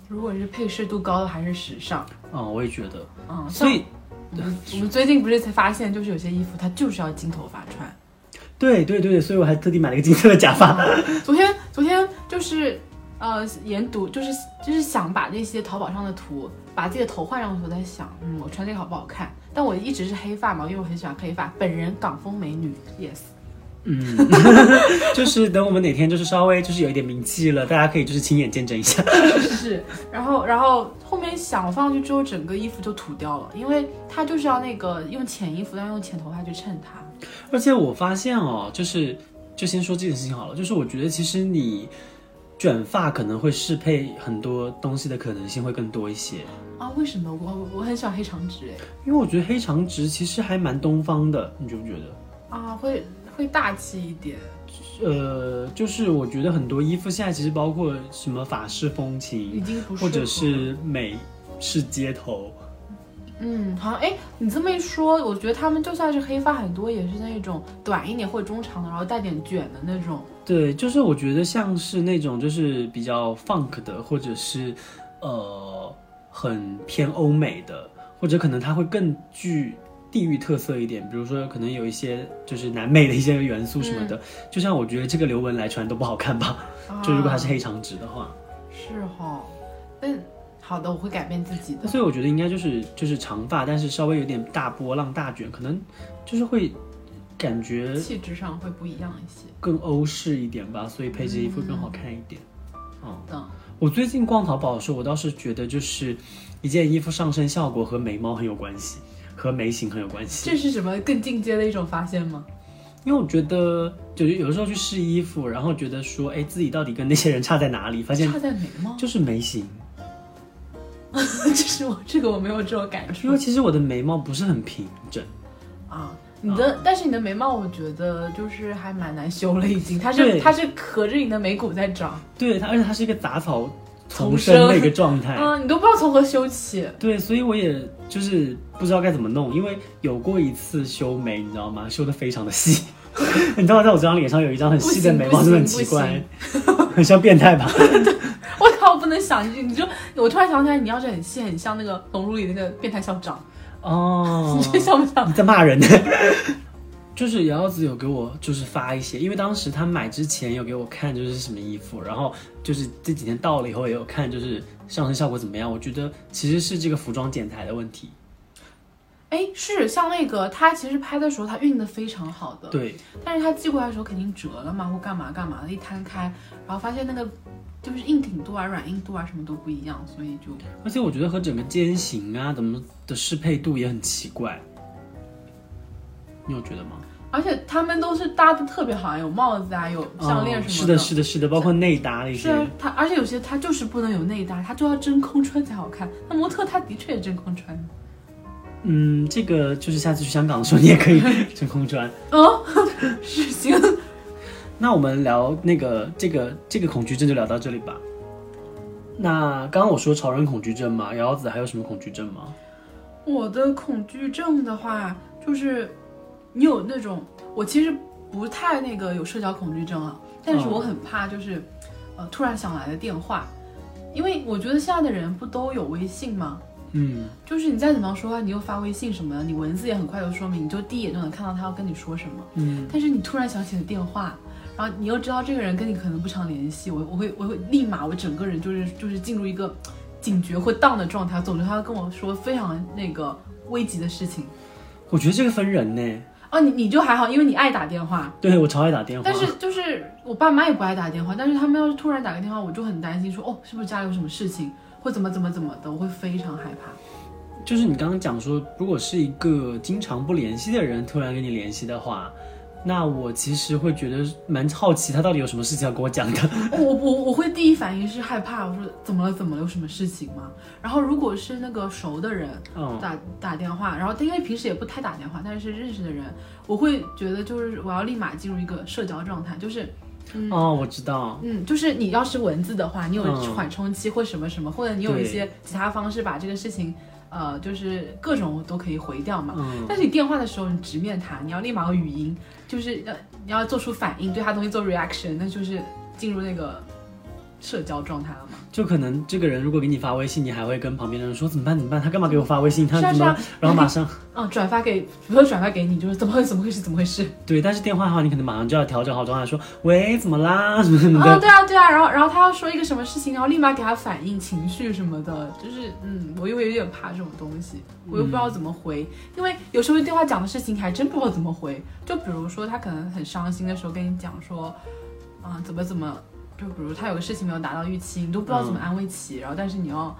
[SPEAKER 2] 如果是配饰度高的，还是时尚。
[SPEAKER 1] 啊、我也觉得，
[SPEAKER 2] 嗯，
[SPEAKER 1] 所以
[SPEAKER 2] 我们我们最近不是才发现，就是有些衣服它就是要金头发穿。
[SPEAKER 1] 对对对，所以我还特地买了个金色的假发。
[SPEAKER 2] 昨天昨天就是呃研读，就是就是想把那些淘宝上的图，把自己的头换上的时候在想，嗯，我穿这个好不好看？但我一直是黑发嘛，因为我很喜欢黑发，本人港风美女，yes。
[SPEAKER 1] 嗯，就是等我们哪天就是稍微就是有一点名气了，大家可以就是亲眼见证一下。
[SPEAKER 2] 是，然后然后后面想放上去之后，整个衣服就土掉了，因为它就是要那个用浅衣服，要用浅头发去衬它。
[SPEAKER 1] 而且我发现哦，就是就先说这件事情好了，就是我觉得其实你卷发可能会适配很多东西的可能性会更多一些，
[SPEAKER 2] 啊，为什么我我很喜欢黑长直哎
[SPEAKER 1] 因为我觉得黑长直其实还蛮东方的，你觉不觉得？
[SPEAKER 2] 哎？啊，会会大气一点。
[SPEAKER 1] 呃，就是我觉得很多衣服现在其实包括什么法式风情，
[SPEAKER 2] 已经不适合
[SPEAKER 1] 或者是美式街头，
[SPEAKER 2] 嗯，好像哎，你这么一说，我觉得他们就算是黑发，很多也是那种短一点或者中长的，然后带点卷的那种。
[SPEAKER 1] 对，就是我觉得像是那种就是比较 funk 的，或者是呃很偏欧美的，或者可能它会更具地域特色一点，比如说可能有一些就是南美的一些元素什么的。就像我觉得这个刘雯来穿都不好看吧， 就如果她是
[SPEAKER 2] 啊
[SPEAKER 1] 黑长直的话，
[SPEAKER 2] 是哈，嗯，好的，我会改变自己的。
[SPEAKER 1] 所以我觉得应该就是就是长发，但是稍微有点大波浪大卷，可能就是会感觉
[SPEAKER 2] 气质上会不一样一些。
[SPEAKER 1] 更欧式一点吧，所以配这衣服更好看一点。嗯
[SPEAKER 2] 嗯，
[SPEAKER 1] 我最近逛淘宝的时候，我倒是觉得就是一件衣服上身效果和眉毛很有关系，和眉形很有关系。
[SPEAKER 2] 这是什么更进阶的一种发现吗？
[SPEAKER 1] 因为我觉得，就是有的时候去试衣服，然后觉得说，哎，自己到底跟那些人差在哪里？发现
[SPEAKER 2] 差在眉 毛，
[SPEAKER 1] 就是眉形，
[SPEAKER 2] 就是我这个我没有这种感
[SPEAKER 1] 因
[SPEAKER 2] 触
[SPEAKER 1] 为其实我的眉毛不是很平整。
[SPEAKER 2] 啊。你的，但是你的眉毛，我觉得就是还蛮难修了，已经。它是
[SPEAKER 1] 对
[SPEAKER 2] 它是合着你的眉骨在长，
[SPEAKER 1] 对它，而且它是一个杂草丛
[SPEAKER 2] 丛
[SPEAKER 1] 生的
[SPEAKER 2] 生
[SPEAKER 1] 一个状态。
[SPEAKER 2] 嗯，你都不知道从何修起。
[SPEAKER 1] 对，所以我也就是不知道该怎么弄，因为有过一次修眉，你知道吗？修的非常的 细，你知道，在我这张脸上有一张很细的眉毛，
[SPEAKER 2] 不行
[SPEAKER 1] 真的很
[SPEAKER 2] 不行
[SPEAKER 1] 奇怪， 很像变态吧？
[SPEAKER 2] 我靠，我不能想你，你就我突然想起来，你要是很细，很像那个《龙珠》里那个变态校长，
[SPEAKER 1] 哦
[SPEAKER 2] 你，这像不像？
[SPEAKER 1] 你在骂人呢？ 就是瑶瑶子有给我就是发一些，因为当时她买之前有给我看就是什么衣服，然后就是这几天到了以后也有看就是上身效果怎么样。我觉得其实是这个服装剪裁的问题，
[SPEAKER 2] 哎，是像那个他其实拍的时候他熨的非常好的，
[SPEAKER 1] 对，
[SPEAKER 2] 但是他寄过来的时候肯定折了嘛，或干嘛干嘛的，一摊开，然后发现那个就是硬挺度啊、软硬度啊什么都不一样，所以就
[SPEAKER 1] 而且我觉得和整个肩型啊怎么的适配度也很奇怪，你有觉得吗？
[SPEAKER 2] 而且他们都是搭的特别好，有帽子啊，有项链
[SPEAKER 1] 嗯
[SPEAKER 2] 什
[SPEAKER 1] 是
[SPEAKER 2] 么的。
[SPEAKER 1] 的，是的，是的，包括内搭那
[SPEAKER 2] 是
[SPEAKER 1] 些
[SPEAKER 2] 啊，，他而且有些他就是不能有内搭，他就要真空穿才好看。那模特他的确也真空穿，
[SPEAKER 1] 嗯，这个就是下次去香港的时候你也可以 真空穿。
[SPEAKER 2] 是行。
[SPEAKER 1] 那我们聊那个这个这个恐惧症就聊到这里吧。那刚刚我说潮人恐惧症嘛，瑶瑶子还有什么恐惧症吗？
[SPEAKER 2] 我的恐惧症的话，就是你有那种，我其实不太那个有社交恐惧症啊，但是
[SPEAKER 1] 嗯
[SPEAKER 2] 我很怕就是，呃，突然响来的电话，因为我觉得现在的人不都有微信吗？
[SPEAKER 1] 嗯，
[SPEAKER 2] 就是你再怎么样说话，你又发微信什么的，你文字也很快就说明，你就第一眼就能看到他要跟你说什么。
[SPEAKER 1] 嗯，
[SPEAKER 2] 但是你突然想起了电话，然后你又知道这个人跟你可能不常联系，我我会我会立马我整个人就是就是进入一个警觉或 down 的状态。总之他要跟我说非常那个危急的事情。
[SPEAKER 1] 我觉得这个分人呢。
[SPEAKER 2] 哦，你你就还好，因为你爱打电话。
[SPEAKER 1] 对我超爱打电话，
[SPEAKER 2] 但是就是我爸妈也不爱打电话，但是他们要是突然打个电话，我就很担心说哦是不是家里有什么事情，或怎么怎么怎么的，我会非常害怕。
[SPEAKER 1] 就是你刚刚讲说，如果是一个经常不联系的人突然跟你联系的话，那我其实会觉得蛮好奇，他到底有什么事情要跟我讲的。
[SPEAKER 2] 哦我我我会第一反应是害怕，我说怎么了怎么了，有什么事情吗？然后如果是那个熟的人
[SPEAKER 1] 嗯
[SPEAKER 2] 打打电话，然后因为平时也不太打电话，但是认识的人，我会觉得就是我要立马进入一个社交状态，就是
[SPEAKER 1] 哦，我知道，
[SPEAKER 2] 嗯，就是你要是文字的话，你有
[SPEAKER 1] 嗯
[SPEAKER 2] 缓冲期或什么什么，或者你有一
[SPEAKER 1] 对
[SPEAKER 2] 些其他方式把这个事情。呃，就是各种都可以回掉嘛。
[SPEAKER 1] 嗯
[SPEAKER 2] 但是你电话的时候，你直面他，你要立马有语音，就是要你要做出反应，对他东西做 reaction，那就是进入那个社交状态了嘛。
[SPEAKER 1] 就可能这个人如果给你发微信，你还会跟旁边的人说怎么办怎么办，他干嘛给我发微信，他
[SPEAKER 2] 是啊
[SPEAKER 1] 怎么了，
[SPEAKER 2] 是
[SPEAKER 1] 然后马上
[SPEAKER 2] 嗯，转发给，比如说转发给你，就是怎么回事？怎么回事？怎么回事？
[SPEAKER 1] 对，但是电话的话，你可能马上就要调整好状态，说喂怎么啦什么什么
[SPEAKER 2] 啊、
[SPEAKER 1] 的，
[SPEAKER 2] 对啊，对啊，然后然后他要说一个什么事情，然后立马给他反应情绪什么的，就是嗯，我又有点怕这种东西，我又不知道怎么回，因为有时候电话讲的事情还真不知道怎么回，就比如说他可能很伤心的时候跟你讲说，啊、怎么怎么，就比如他有个事情没有达到预期，你都不知道怎么安慰其，然后但是你要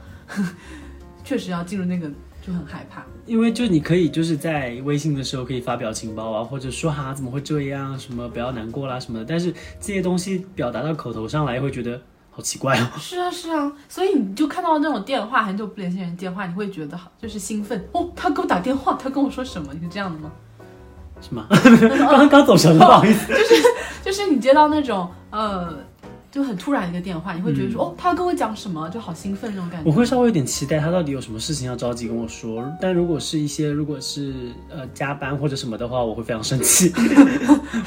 [SPEAKER 2] 确实要进入那个就很害 怕，
[SPEAKER 1] 因为就你可以就是在微信的时候可以发表情包啊，或者说哈、怎么会这样，什么不要难过啦什么的，但是这些东西表达到口头上来，会觉得好奇怪哦。
[SPEAKER 2] 是啊，是啊，所以你就看到那种电话，很久不联系人电话，你会觉得好就是兴奋哦，他给我打电话，他跟我说什么？你是这样的吗？
[SPEAKER 1] 是吗？ 刚刚刚走神了，不好意思。
[SPEAKER 2] 就是你接到那种呃，就很突然一个电话，你会觉得说、哦，他要跟我讲什么，就好兴奋那种感觉。
[SPEAKER 1] 嗯我会稍微有点期待他到底有什么事情要着急跟我说， 但如果是一些如果是呃加班或者什么的话，我会非常生气。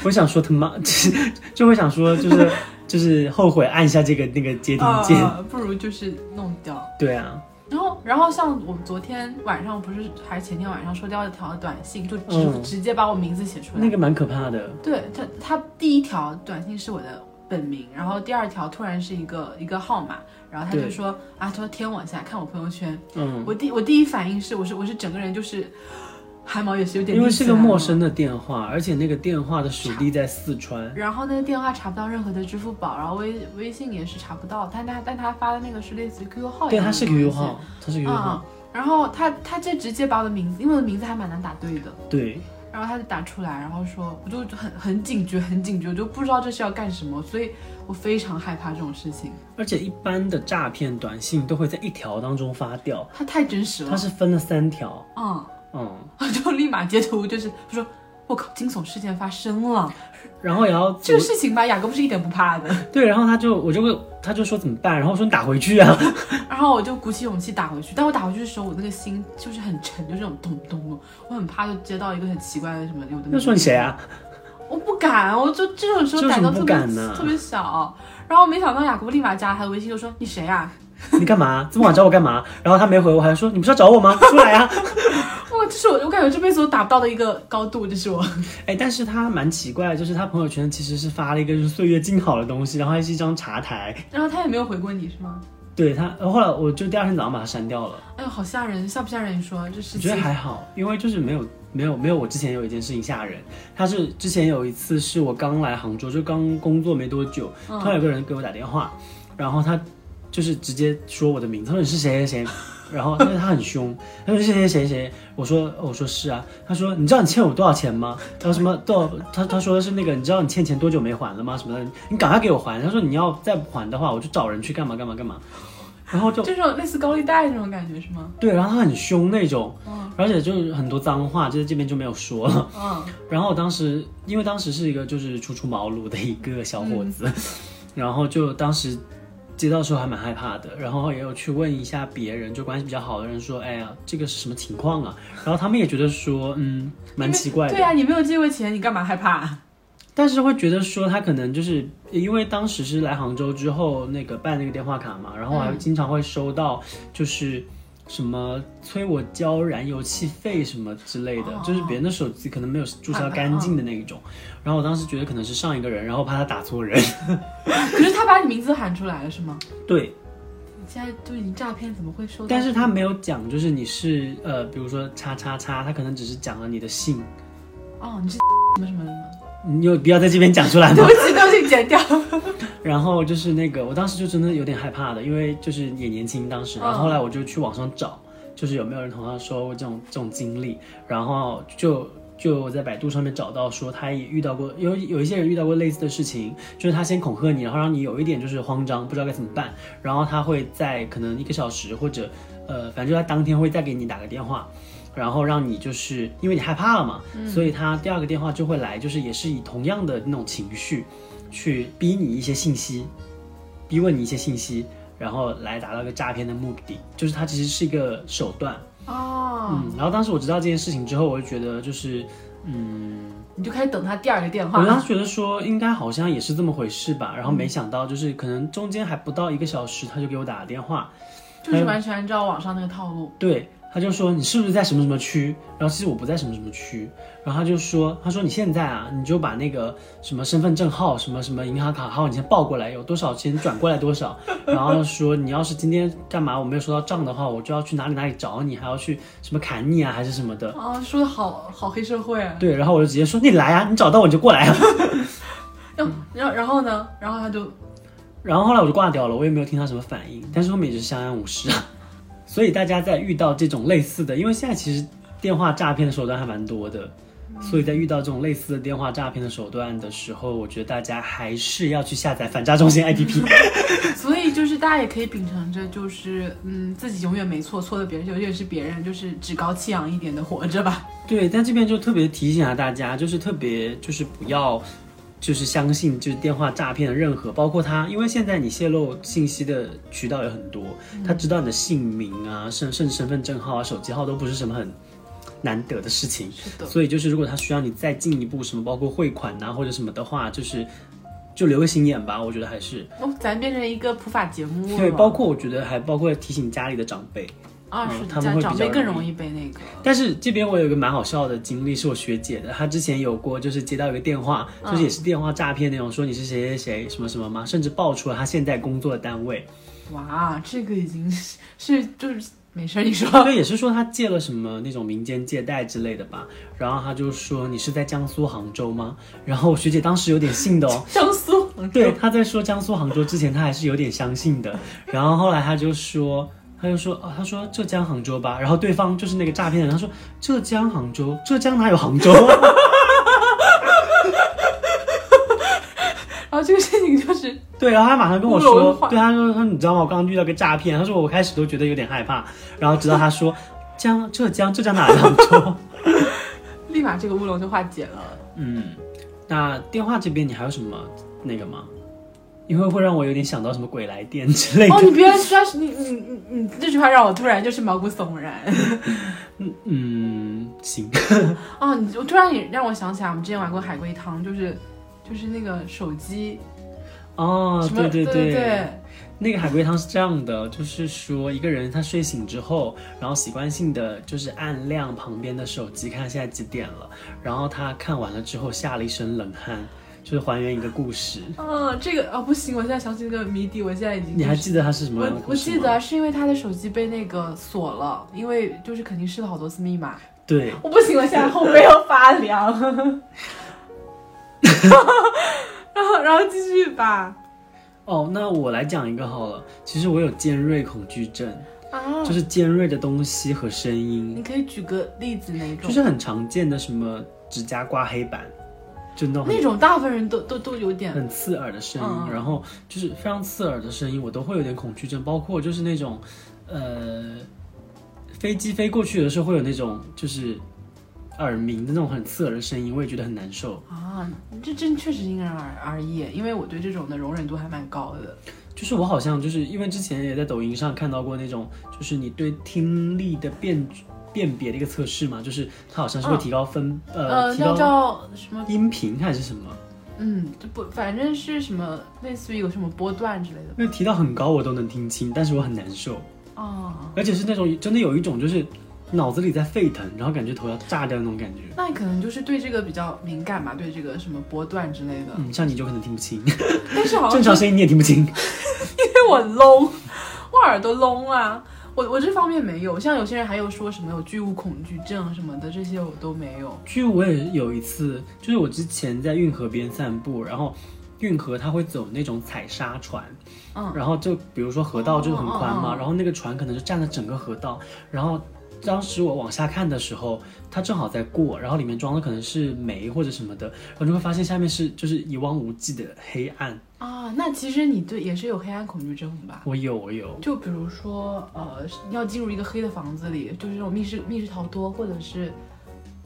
[SPEAKER 1] 我想说他妈，就是就会想说就是就是后悔按一下这个那个接听
[SPEAKER 2] 啊、
[SPEAKER 1] 键。
[SPEAKER 2] 不如就是弄掉。
[SPEAKER 1] 对啊，
[SPEAKER 2] 然后，然后像我们昨天晚上不是还是前天晚上收到一条短信，就直、
[SPEAKER 1] 嗯
[SPEAKER 2] 直接把我名字写出来。
[SPEAKER 1] 那个蛮可怕的。
[SPEAKER 2] 对他，他第一条短信是我的本名，然后第二条突然是一个一个号码，然后他就
[SPEAKER 1] 对
[SPEAKER 2] 说啊，他说添我一下，看我朋友圈。
[SPEAKER 1] 嗯，
[SPEAKER 2] 我第我第一反应是，我是我是整个人就是 汗毛也是有点，啊
[SPEAKER 1] 因为是个陌。生的电话，而且那个电话的属地在四川。
[SPEAKER 2] 然后那个电话查不到任何的支付宝，然后微微信也是查不到，但他但他发的那个是类似于 QQ 号一
[SPEAKER 1] 对，
[SPEAKER 2] 样的东西，
[SPEAKER 1] 他是 QQ 号，他是 QQ
[SPEAKER 2] 啊、
[SPEAKER 1] 号。
[SPEAKER 2] 然后他他这直接把我的名字，因为我的名字还蛮难打对的，
[SPEAKER 1] 对，
[SPEAKER 2] 然后他就打出来，然后说，我就就很很警觉，很警觉，我就不知道这是要干什么，所以我非常害怕这种事情。
[SPEAKER 1] 而且一般的诈骗短信都会在一条当中发掉，
[SPEAKER 2] 他太真实
[SPEAKER 1] 它
[SPEAKER 2] 了，
[SPEAKER 1] 是分了三条。
[SPEAKER 2] 嗯，
[SPEAKER 1] 嗯。
[SPEAKER 2] 我就立马截图，就是我说，我靠，惊悚事件发生了，
[SPEAKER 1] 然后也要
[SPEAKER 2] 这个事情吧，雅各不是一点不怕的。
[SPEAKER 1] 对，然后他就我就会他就说怎么办，然后我说你打回去啊，
[SPEAKER 2] 然后我就鼓起勇气打回去，但我打回去的时候，我那个心就是很沉，就是那种咚咚咚，我很怕就接到一个很奇怪的什么有的没
[SPEAKER 1] 那
[SPEAKER 2] 的。
[SPEAKER 1] 说你谁啊？
[SPEAKER 2] 我不敢，我就这种时候
[SPEAKER 1] 这有什
[SPEAKER 2] 胆
[SPEAKER 1] 么
[SPEAKER 2] 子特
[SPEAKER 1] 不
[SPEAKER 2] 别
[SPEAKER 1] 敢呢
[SPEAKER 2] 特别小。然后没想到雅各立马加了他的微信，就说你谁啊？
[SPEAKER 1] 你干嘛这么晚找我干嘛？然后他没回我，还说你不是要找我吗？出来啊！
[SPEAKER 2] 哇，这是我我感觉这辈子我达不到的一个高度，这是我。
[SPEAKER 1] 哎，但是他蛮奇怪，就是他朋友圈其实是发了一个就是岁月静好的东西，然后还是一张茶台。
[SPEAKER 2] 然后他也没有回过你是吗？
[SPEAKER 1] 对他，呃后来我就第二天早上把它删掉了。
[SPEAKER 2] 哎呦，好吓人，吓不吓人？你说啊这
[SPEAKER 1] 我
[SPEAKER 2] 事
[SPEAKER 1] 觉得
[SPEAKER 2] 情。
[SPEAKER 1] 还好，因为就是没有没有没有我之前有一件事情吓人，他是之前有一次是我刚来杭州，就刚工作没多久，突然有个人给我打电话，然后他就是直接说我的名字，他说你是谁谁谁，然后但是他很凶，他说是谁谁谁谁，我说哦我说是啊，他说你知道你欠我多少钱吗？他说什么多少？他他说的是那个你知道你欠钱多久没还了吗？什么的，你赶快给我还。他说你要再不还的话，我就找人去干嘛干嘛干嘛，然后就。
[SPEAKER 2] 这种类似高利贷那种感觉是吗？
[SPEAKER 1] 对，然后他很凶那种，
[SPEAKER 2] 嗯
[SPEAKER 1] 而且就是很多脏话，就是这边就没有说了。
[SPEAKER 2] 嗯，
[SPEAKER 1] 然后当时因为当时是一个就是初出茅庐的一个小伙子，
[SPEAKER 2] 嗯
[SPEAKER 1] 然后就当时接到的时候还蛮害怕的，然后也有去问一下别人，就关系比较好的人说，哎呀，这个是什么情况啊？然后他们也觉得说，嗯，蛮奇怪的。
[SPEAKER 2] 对啊，你没有借过钱，你干嘛害怕？
[SPEAKER 1] 但是会觉得说他可能就是因为当时是来杭州之后那个办那个电话卡嘛，然后还经常会收到就是什么催我交燃油气费什么之类的，
[SPEAKER 2] 哦
[SPEAKER 1] 就是别人的手机可能没有注销干净的那一种。然后我当时觉得可能是上一个人，然后怕他打错 人。
[SPEAKER 2] 可是他把你名字喊出来了是吗？
[SPEAKER 1] 对，
[SPEAKER 2] 你现在就你诈骗怎么会收到？
[SPEAKER 1] 但是他没有讲就是你是呃，比如说叉叉叉，他可能只是讲了你的姓，
[SPEAKER 2] 哦，你是什么什么什么？
[SPEAKER 1] 你有必要在这边讲出来吗
[SPEAKER 2] 对？不起，对不起，剪掉。
[SPEAKER 1] 然后就是那个，我当时就真的有点害怕的，因为就是也年轻当时，
[SPEAKER 2] 嗯
[SPEAKER 1] 然后后来我就去网上找，就是有没有人同样说过这种这种经历，然后就就在百度上面找到说，他也遇到过有有一些人遇到过类似的事情，就是他先恐吓你，然后让你有一点就是慌张，不知道该怎么办，然后他会在可能一个小时或者呃，反正就他当天会再给你打个电话。然后让你就是因为你害怕了嘛，所以他第二个电话就会来，就是也是以同样的那种情绪，去逼你一些信息，逼问你一些信息，然后来达到一个诈骗的目的，就是它其实是一个手段。
[SPEAKER 2] 哦，
[SPEAKER 1] 嗯，然后当时我知道这件事情之后，我就觉得就是，嗯，
[SPEAKER 2] 你就开始等他第二个电
[SPEAKER 1] 我
[SPEAKER 2] 话。嗯
[SPEAKER 1] 当时觉得说应该好像也是这么回事吧，然后没想到就是可能中间还不到一个小时，他就给我打了电话，
[SPEAKER 2] 就是
[SPEAKER 1] 嗯
[SPEAKER 2] 完全按照网上那个套路，
[SPEAKER 1] 对，他就说你是不是在什么什么区？然后其实我不在什么什么区，然后他就说，他说你现在啊，你就把那个什么身份证号、什么什么银行卡号，你先报过来，有多少钱转过来多少。然后说你要是今天干嘛我没有收到账的话，我就要去哪里哪里找你，还要去什么砍你啊，还是什么的。
[SPEAKER 2] 啊，说的好好黑社会啊。
[SPEAKER 1] 对，然后我就直接说你来啊，你找到我你就过来啊。
[SPEAKER 2] 然后
[SPEAKER 1] 嗯
[SPEAKER 2] 然后然后呢？然后他就
[SPEAKER 1] 然后后来我就挂掉了，我也没有听他什么反应，但是后面也是相安无事啊。 所以大家在遇到这种类似的，因为现在其实电话诈骗的手段还蛮多的，所以在遇到这种类似的电话诈骗的手段的时候，我觉得大家还是要去下载反诈中心 APP。
[SPEAKER 2] 所以就是大家也可以秉承着，就是嗯，自己永远没错，错的别人永远是别人，就是趾高气扬一点的活着吧。
[SPEAKER 1] 对，但这边就特别提醒一下大家，就是特别就是不要。就是相信就是电话诈骗的任何，包括他，因为现在你泄露信息的渠道有很多，他
[SPEAKER 2] 嗯
[SPEAKER 1] 知道你的姓名啊、甚甚至身份证号啊、手机号都不是什么很难得的事情。
[SPEAKER 2] 是的，
[SPEAKER 1] 所以就是，如果他需要你再进一步什么，包括汇款啊呐、或者什么的话，就是就留个心眼吧。我觉得还是
[SPEAKER 2] 哦，咱变成一个普法节目了。
[SPEAKER 1] 对，包括我觉得还包括提醒家里的长辈。
[SPEAKER 2] 啊，是
[SPEAKER 1] 嗯
[SPEAKER 2] 的
[SPEAKER 1] 他们会
[SPEAKER 2] 家长
[SPEAKER 1] 比较
[SPEAKER 2] 辈更
[SPEAKER 1] 容
[SPEAKER 2] 容易被那个。
[SPEAKER 1] 但是这边我有一个蛮好笑的经历，是我学姐的，她之前有过就是接到一个电话，
[SPEAKER 2] 嗯
[SPEAKER 1] 就是也是电话诈骗那种，说你是谁谁谁什么什么吗？甚至爆出了她现在工作的单 位，
[SPEAKER 2] 哇，这个已经是是就是没事儿，你 说
[SPEAKER 1] 对，也是说他借了什么那种民间借贷之类的吧。然后他就说你是在江苏杭州吗？然后我学姐当时有点信的哦，
[SPEAKER 2] 江苏
[SPEAKER 1] 对，他在说江苏杭州之前，他还是有点相信的。然后后来他就说，他就说，哦，他说浙江杭州吧。然后对方就是那个诈骗人，他说浙江杭州，浙江哪有杭州？
[SPEAKER 2] 然后这个事情就是
[SPEAKER 1] 对，然后他马上跟我
[SPEAKER 2] 侮辱
[SPEAKER 1] 说
[SPEAKER 2] 文化，
[SPEAKER 1] 对，他说，他说你知道吗？我刚刚遇到个诈骗，他说我开始都觉得有点害怕，然后直到他说江浙江浙江哪有杭州？
[SPEAKER 2] 立马这个乌龙就化解了。
[SPEAKER 1] 嗯， 那电话这边你还有什么那个吗？因为会让我有点想到什么鬼来电之类的。
[SPEAKER 2] 哦，你别说，你你你你这句话让我突然就是毛骨悚然。
[SPEAKER 1] 嗯，行，
[SPEAKER 2] 哦，你就突然也让我想起来，我们之前玩过海龟汤，就是就是那个手机，
[SPEAKER 1] 哦
[SPEAKER 2] 什，么
[SPEAKER 1] 对
[SPEAKER 2] 对
[SPEAKER 1] 对
[SPEAKER 2] 对，
[SPEAKER 1] 那个海龟汤是这样的，就是说一个人他睡醒之后，然后习惯性的就是按亮旁边的手机看现在几点了，然后他看完了之后吓了一身冷汗，就是还原一个故事。
[SPEAKER 2] 嗯，这个哦不行，我现在想起那个谜底，我现在已经
[SPEAKER 1] 你还记得他是什么样
[SPEAKER 2] 我
[SPEAKER 1] 的故
[SPEAKER 2] 我
[SPEAKER 1] 事
[SPEAKER 2] 记
[SPEAKER 1] 吗？
[SPEAKER 2] 得啊是因为他的手机被那个锁了，因为就是肯定试了好多次密码。
[SPEAKER 1] 对，
[SPEAKER 2] 我不行了，现在后背要发凉。 然后然后继续吧。
[SPEAKER 1] 哦，那我来讲一个好了。其实我有尖锐恐惧症，
[SPEAKER 2] 啊，
[SPEAKER 1] 就是尖锐的东西和声音，
[SPEAKER 2] 你可以举个例子哪种？
[SPEAKER 1] 就是很常见的什么指甲刮黑板，就那种很
[SPEAKER 2] 那种大部分人都都都有点
[SPEAKER 1] 很刺耳的声音，
[SPEAKER 2] 嗯嗯
[SPEAKER 1] 然后就是非常刺耳的声音，我都会有点恐惧症，包括就是那种，呃，飞机飞过去的时候会有那种就是耳鸣的那种很刺耳的声音，我也觉得很难受。
[SPEAKER 2] 啊，这真确实因人而而异，因为我对这种的容忍度还蛮高的。
[SPEAKER 1] 就是我好像就是因为之前也在抖音上看到过那种，就是你对听力的辨辨别的一个测试嘛，就是它好像是会提高分、呃
[SPEAKER 2] 呃，
[SPEAKER 1] 提
[SPEAKER 2] 那
[SPEAKER 1] 高
[SPEAKER 2] 叫什么？
[SPEAKER 1] 音频还是什么，
[SPEAKER 2] 嗯，就不，反正是什么类似于有什么波段之类的。
[SPEAKER 1] 那提到很高我都能听清，但是我很难受。
[SPEAKER 2] 哦，
[SPEAKER 1] 而且是那种真的有一种就是脑子里在沸腾，然后感觉头要炸掉那种感觉。
[SPEAKER 2] 那你可能就是对这个比较敏感吧，对这个什么波段之类的。
[SPEAKER 1] 嗯，像你就可能听不清，
[SPEAKER 2] 但是好像
[SPEAKER 1] 正常声音你也听不清。
[SPEAKER 2] 被我聋，我耳朵聋啊。我我这方面没有，像有些人还有说什么有巨物恐惧症什么的，这些我都没有。
[SPEAKER 1] 据我也有一次，就是我之前在运河边散步，然后运河它会走那种采砂船，
[SPEAKER 2] 嗯，
[SPEAKER 1] 然后就比如说河道就很宽嘛，
[SPEAKER 2] 哦哦哦
[SPEAKER 1] 然后那个船可能就占了整个河道，然后当时我往下看的时候，它正好在过，然后里面装的可能是煤或者什么的，然后就会发现下面是就是一望无际的黑暗。
[SPEAKER 2] 啊，那其实你对也是有黑暗恐惧症的吧？
[SPEAKER 1] 我有，我有，
[SPEAKER 2] 就比如说，呃，你要进入一个黑的房子里，就是那种密室密室逃脱，或者是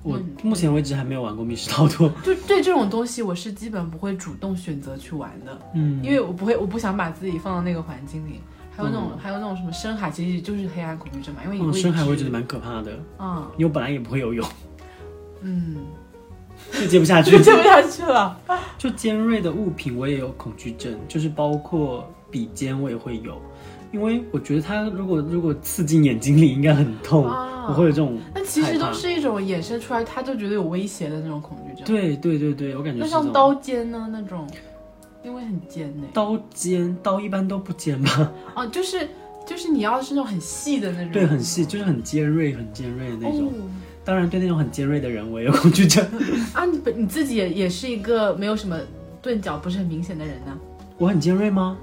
[SPEAKER 1] 我
[SPEAKER 2] 嗯
[SPEAKER 1] 目前为止还没有玩过密室逃脱。
[SPEAKER 2] 就对这种东西，我是基本不会主动选择去玩的，
[SPEAKER 1] 嗯，
[SPEAKER 2] 因为我不会，我不想把自己放到那个环境里。还有那种，还有那种什么深海，其实就是黑暗恐惧症嘛，因为你
[SPEAKER 1] 嗯，
[SPEAKER 2] 会
[SPEAKER 1] 深海我也
[SPEAKER 2] 一
[SPEAKER 1] 觉
[SPEAKER 2] 直
[SPEAKER 1] 得蛮可怕的，
[SPEAKER 2] 嗯
[SPEAKER 1] 因为我本来也不会游泳，
[SPEAKER 2] 嗯，
[SPEAKER 1] 就接不下去
[SPEAKER 2] 就。接不下去了。
[SPEAKER 1] 就尖锐的物品我也有恐惧症，就是包括笔尖我也会有，因为我觉得它如果如果刺进眼睛里应该很痛，
[SPEAKER 2] 啊
[SPEAKER 1] 我会有这种
[SPEAKER 2] 那其实
[SPEAKER 1] 害
[SPEAKER 2] 都
[SPEAKER 1] 怕
[SPEAKER 2] 是一种衍生出来，他就觉得有威胁的那种恐惧症。
[SPEAKER 1] 对对对对，我感觉
[SPEAKER 2] 那
[SPEAKER 1] 是这
[SPEAKER 2] 像
[SPEAKER 1] 种
[SPEAKER 2] 刀尖呢那种，因为很尖呢、
[SPEAKER 1] 刀尖，刀一般都不尖吧？
[SPEAKER 2] 哦，就是就是你要是那种很细的那种，
[SPEAKER 1] 对，很细，就是很尖锐、很尖锐的那种。
[SPEAKER 2] 哦
[SPEAKER 1] 当然，对那种很尖锐的人，我也有恐惧症。
[SPEAKER 2] 啊，你本你自己也也是一个没有什么钝角不是很明显的人呢、
[SPEAKER 1] 我很尖锐吗？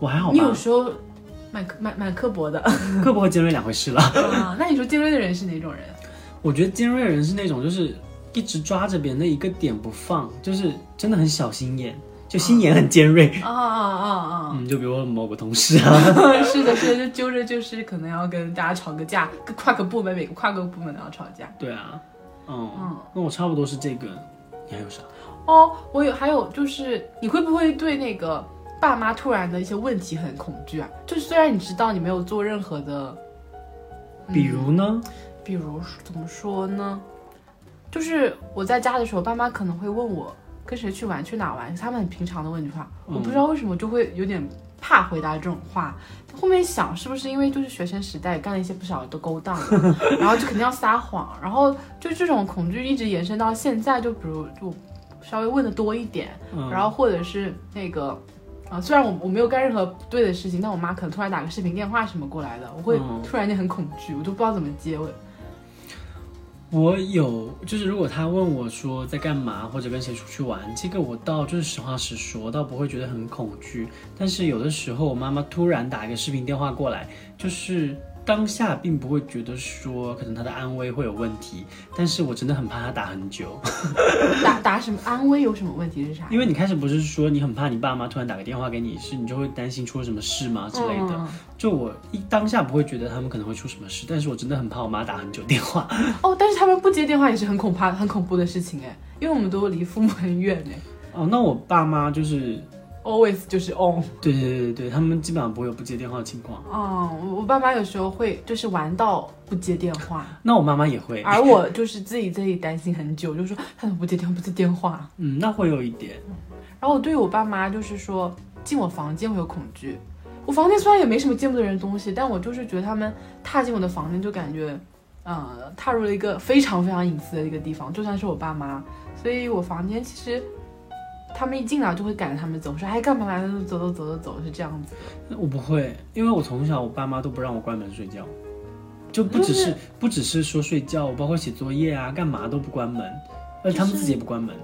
[SPEAKER 1] 我还好
[SPEAKER 2] 你有
[SPEAKER 1] 吧，
[SPEAKER 2] 时候蛮刻蛮蛮刻 薄的
[SPEAKER 1] 刻薄和尖锐两回事了。
[SPEAKER 2] 啊。那你说尖锐的人是哪种人？
[SPEAKER 1] 我觉得尖锐的人是那种就是一直抓着别人的一个点不放，就是真的很小心眼，就心眼很尖锐。
[SPEAKER 2] 啊啊
[SPEAKER 1] 嗯，就比如说某个同事啊，
[SPEAKER 2] 啊啊！是的，是的，就揪着就是可能要跟大家吵个架，各跨个部门每个跨个部门都要吵架。
[SPEAKER 1] 对啊，嗯，
[SPEAKER 2] 嗯，
[SPEAKER 1] 那我差不多是这个。你还有啥？
[SPEAKER 2] 哦，我有还有就是，你会不会对那个爸妈突然的一些问题很恐惧啊？就是虽然你知道你没有做任何的，嗯
[SPEAKER 1] 比如呢？
[SPEAKER 2] 比如说怎么说呢？就是我在家的时候，爸妈可能会问我跟谁去玩、去哪玩，他们很平常的问句话，
[SPEAKER 1] 嗯
[SPEAKER 2] 我不知道为什么就会有点怕回答这种话。后面想是不是因为就是学生时代干了一些不少的勾当， 然后就肯定要撒谎，然后就这种恐惧一直延伸到现在，就比如就稍微问的多一点，
[SPEAKER 1] 嗯，
[SPEAKER 2] 然后或者是那个。啊，虽然我我没有干任何不对的事情，但我妈可能突然打个视频电话什么过来的，我会
[SPEAKER 1] 嗯
[SPEAKER 2] 突然间很恐惧，我都不知道怎么接。我
[SPEAKER 1] 我有，就是如果他问我说在干嘛或者跟谁出去玩，这个我倒就是实话实说，倒不会觉得很恐惧。但是有的时候我妈妈突然打一个视频电话过来，就是当下并不会觉得说可能她的安危会有问题，但是我真的很怕她打很久，
[SPEAKER 2] 打打什么安危有什么问题是啥？
[SPEAKER 1] 因为你开始不是说你很怕你爸妈突然打个电话给你，是你就会担心出了什么事吗 之类的。
[SPEAKER 2] 嗯
[SPEAKER 1] 就我一当下不会觉得他们可能会出什么事，但是我真的很怕我妈打很久电话。
[SPEAKER 2] 哦，但是他们不接电话也是很恐怕、很恐怖的事情哎，因为我们都离父母很远哎
[SPEAKER 1] 哦，那我爸妈就是
[SPEAKER 2] ，always 就是 on。
[SPEAKER 1] 对对对对，他们基本上不会有不接电话的情况。
[SPEAKER 2] 嗯，我我爸妈有时候会就是玩到不接电话，
[SPEAKER 1] 那我妈妈也会，
[SPEAKER 2] 而我就是自己自己担心很久，就说他怎么不接电话不接电话。
[SPEAKER 1] 嗯，那会有一点，
[SPEAKER 2] 然后我对我爸妈就是说进我房间会有恐惧，我房间虽然也没什么见不得人的东西，但我就是觉得他们踏进我的房间就感觉，呃，踏入了一个非常非常隐私的一个地方，就算是我爸妈，所以我房间其实。他们一进来就会赶着他们走，说哎干嘛来了？走走走走走，是这样子。
[SPEAKER 1] 我不会，因为我从小我爸妈都不让我关门睡觉，就不只是、
[SPEAKER 2] 就是
[SPEAKER 1] 不只是说睡觉，包括写作业啊，干嘛都不关门，而且他们自己也不关门。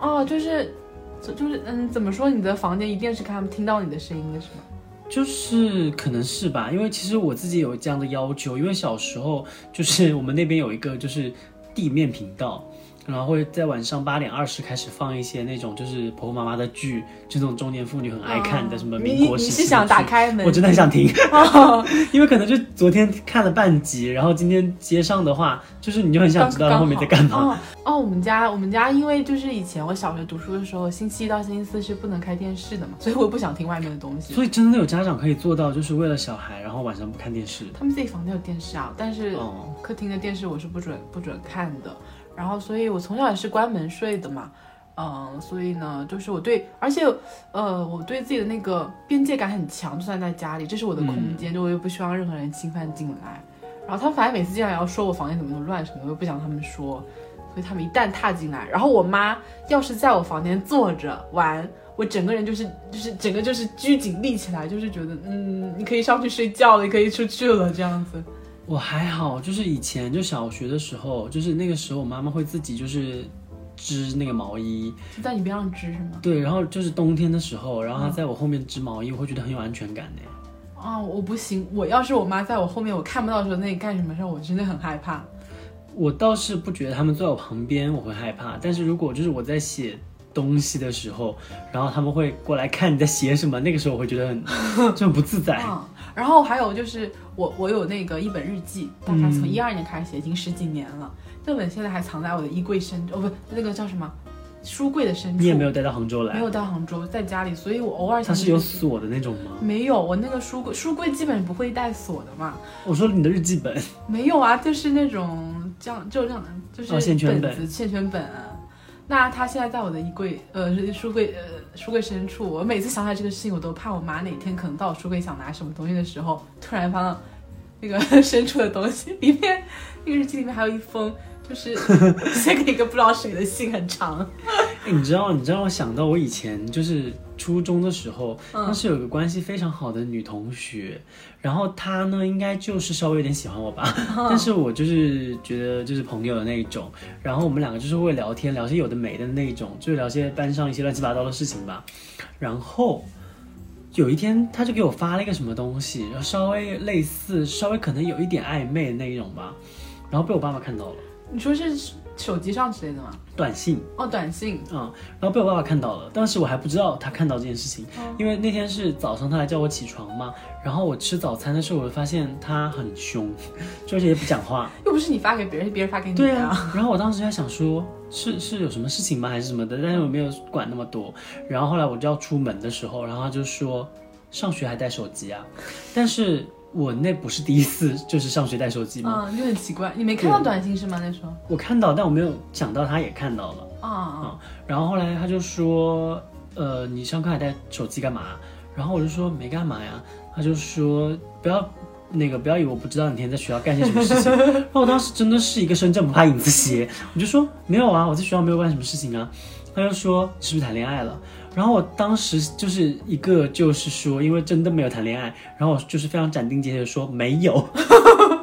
[SPEAKER 2] 哦，就是，就就是嗯，怎么说？你的房间一定是看他们听到你的声音的，是吗？
[SPEAKER 1] 就是可能是吧，因为其实我自己有这样的要求，因为小时候就是我们那边有一个就是地面频道，然后会在晚上八点二十开始放一些那种就是婆婆妈妈的剧，就那种中年妇女很爱看的
[SPEAKER 2] 哦
[SPEAKER 1] 什么
[SPEAKER 2] 你
[SPEAKER 1] 民国
[SPEAKER 2] 你你
[SPEAKER 1] 时期
[SPEAKER 2] 是
[SPEAKER 1] 的
[SPEAKER 2] 想打
[SPEAKER 1] 剧
[SPEAKER 2] 开门？
[SPEAKER 1] 我真的很想听，
[SPEAKER 2] 哦
[SPEAKER 1] 因为可能就昨天看了半集，然后今天接上的话，就是你就很想知道他后面在干嘛。
[SPEAKER 2] 嘛。哦，哦我们家我们家因为就是以前我小学读书的时候，星期一到星期四是不能开电视的嘛，所以我不想听外面的东西。
[SPEAKER 1] 所以真的有家长可以做到，就是为了小孩，然后晚上不看电视。
[SPEAKER 2] 他们自己房间有电视啊，但是
[SPEAKER 1] 哦，
[SPEAKER 2] 客厅的电视我是不准不准看的。然后，所以我从小也是关门睡的嘛，嗯，所以呢，就是我对，而且，呃，我对自己的那个边界感很强，就算在家里，这是我的空间，就我又不希望任何人侵犯进来。然后他们反正每次进来要说我房间怎么怎么乱什么的，我又不想他们说，所以他们一旦踏进来，然后我妈要是在我房间坐着玩，我整个人就是就是整个就是拘谨立起来，就是觉得嗯，你可以上去睡觉了，你可以出去了这样子。
[SPEAKER 1] 我还好，就是以前就小学的时候，就是那个时候我妈妈会自己就是织那个毛衣，
[SPEAKER 2] 就在你边上织是吗？
[SPEAKER 1] 对，然后就是冬天的时候，然后她在我后面织毛衣，我会觉得很有安全感呢。
[SPEAKER 2] 啊、我不行，我要是我妈在我后面，我看不到说那里干什么事儿，我真的很害怕。
[SPEAKER 1] 我倒是不觉得他们坐在我旁边我会害怕，但是如果就是我在写东西的时候，然后他们会过来看你在写什么，那个时候我会觉得 很就很不自在。
[SPEAKER 2] 嗯，然后还有就是我我有那个一本日记，大概从
[SPEAKER 1] 嗯
[SPEAKER 2] 一二年开始写，已经十几年了。这本现在还藏在我的衣柜深，哦不，那个叫什么，书柜的深处。
[SPEAKER 1] 你也没有带到杭州来
[SPEAKER 2] 没，有到杭州，在家里，所以我偶尔
[SPEAKER 1] 它
[SPEAKER 2] 想
[SPEAKER 1] 是有锁的那种吗？
[SPEAKER 2] 没有，我那个书柜书柜基本不会带锁的嘛。
[SPEAKER 1] 我说你的日记本，
[SPEAKER 2] 没有啊，就是那种这样，就这样，就是
[SPEAKER 1] 哦线圈
[SPEAKER 2] 本子、线圈本啊。那它现在在我的衣柜，呃，书柜，呃，书柜深处。我每次想起来这个事情，我都怕我妈哪天可能到我书柜想拿什么东西的时候，突然翻到那个深处的东西里面，那个日记里面还有一封，就是写给一个不知道谁的信，很长。
[SPEAKER 1] 哎你知道，你知道，我想到我以前就是初中的时候，当时有个关系非常好的女同学，然后她呢，应该就是稍微有点喜欢我吧， 但是我就是觉得就是朋友的那一种，然后我们两个就是会聊天，聊些有的没的那一种，就是聊些班上一些乱七八糟的事情吧，然后。有一天，她就给我发了一个什么东西，然后稍微类似，稍微可能有一点暧昧的那一种吧，然后被我爸爸看到了，
[SPEAKER 2] 你说是手机上之类的吗？
[SPEAKER 1] 短信。
[SPEAKER 2] 哦，短信。
[SPEAKER 1] 嗯，然后被我爸爸看到了，当时我还不知道他看到这件事情，因为那天是早上他来叫我起床嘛，然后我吃早餐的时候，我发现他很凶，就是也不讲话。
[SPEAKER 2] 又不是你发给别人，是别人发给你的
[SPEAKER 1] 对啊，然后我当时还想说，是是有什么事情吗，还是什么的，但是我没有管那么多。然后后来我就要出门的时候，然后他就说，上学还带手机啊，但是我那不是第一次，就是上学带手机嘛，
[SPEAKER 2] 嗯，就很奇怪，你没看到短信是吗？那时候
[SPEAKER 1] 我看到，但我没有想到他也看到了。
[SPEAKER 2] 啊，
[SPEAKER 1] 然后后来他就说，呃，你上课还带手机干嘛？然后我就说没干嘛呀。他就说不要那个不要以为我不知道你天天在学校干些什么事情。然后我当时真的是一个身正不怕影子斜，我就说没有啊，我在学校没有干什么事情啊。他就说是不是谈恋爱了？然后我当时就是一个就是说，因为真的没有谈恋爱，然后我就是非常斩钉截铁地说没有。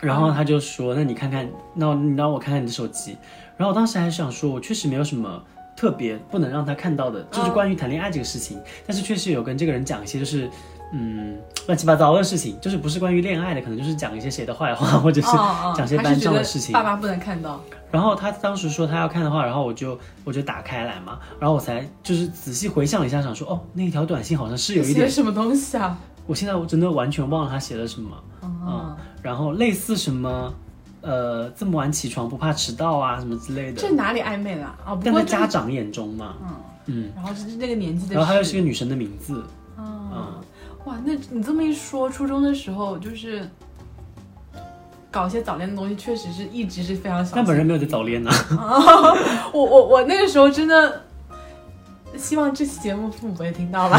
[SPEAKER 1] 然后他就说：“那你看看，那我你让我看看你的手机。”然后我当时还想说，我确实没有什么特别不能让他看到的，就是关于谈恋爱这个事情。但是确实有跟这个人讲一些就是嗯乱七八糟的事情，就是不是关于恋爱的，可能就是讲一些谁的坏话，或者是
[SPEAKER 2] 哦哦
[SPEAKER 1] 讲些
[SPEAKER 2] 还
[SPEAKER 1] 班
[SPEAKER 2] 是觉
[SPEAKER 1] 上的
[SPEAKER 2] 得
[SPEAKER 1] 事情。
[SPEAKER 2] 爸妈不能看到。
[SPEAKER 1] 然后他当时说他要看的话，然后我就我就打开来嘛，然后我才就是仔细回想了一下，想说哦，那一条短信好像是有一
[SPEAKER 2] 写
[SPEAKER 1] 点，
[SPEAKER 2] 的什么东西啊？
[SPEAKER 1] 我现在我真的完全忘了他写了什么，
[SPEAKER 2] 啊，
[SPEAKER 1] 然后类似什么，呃，这么晚起床不怕迟到啊什么之类的，
[SPEAKER 2] 这哪里暧昧了啊？不
[SPEAKER 1] 但
[SPEAKER 2] 过
[SPEAKER 1] 在
[SPEAKER 2] 就
[SPEAKER 1] 家长眼中嘛，嗯
[SPEAKER 2] 然后就是那个年纪
[SPEAKER 1] 然后她又
[SPEAKER 2] 的
[SPEAKER 1] 是哦
[SPEAKER 2] 事
[SPEAKER 1] 个女生的名字，嗯
[SPEAKER 2] 啊。哇，那你这么一说，初中的时候就是搞一些早恋的东西，确实是一直是非常小
[SPEAKER 1] 但本
[SPEAKER 2] 心。
[SPEAKER 1] 人没有在早恋呐、
[SPEAKER 2] 我我我那个时候真的。希望这期节目父母不会听 到吧，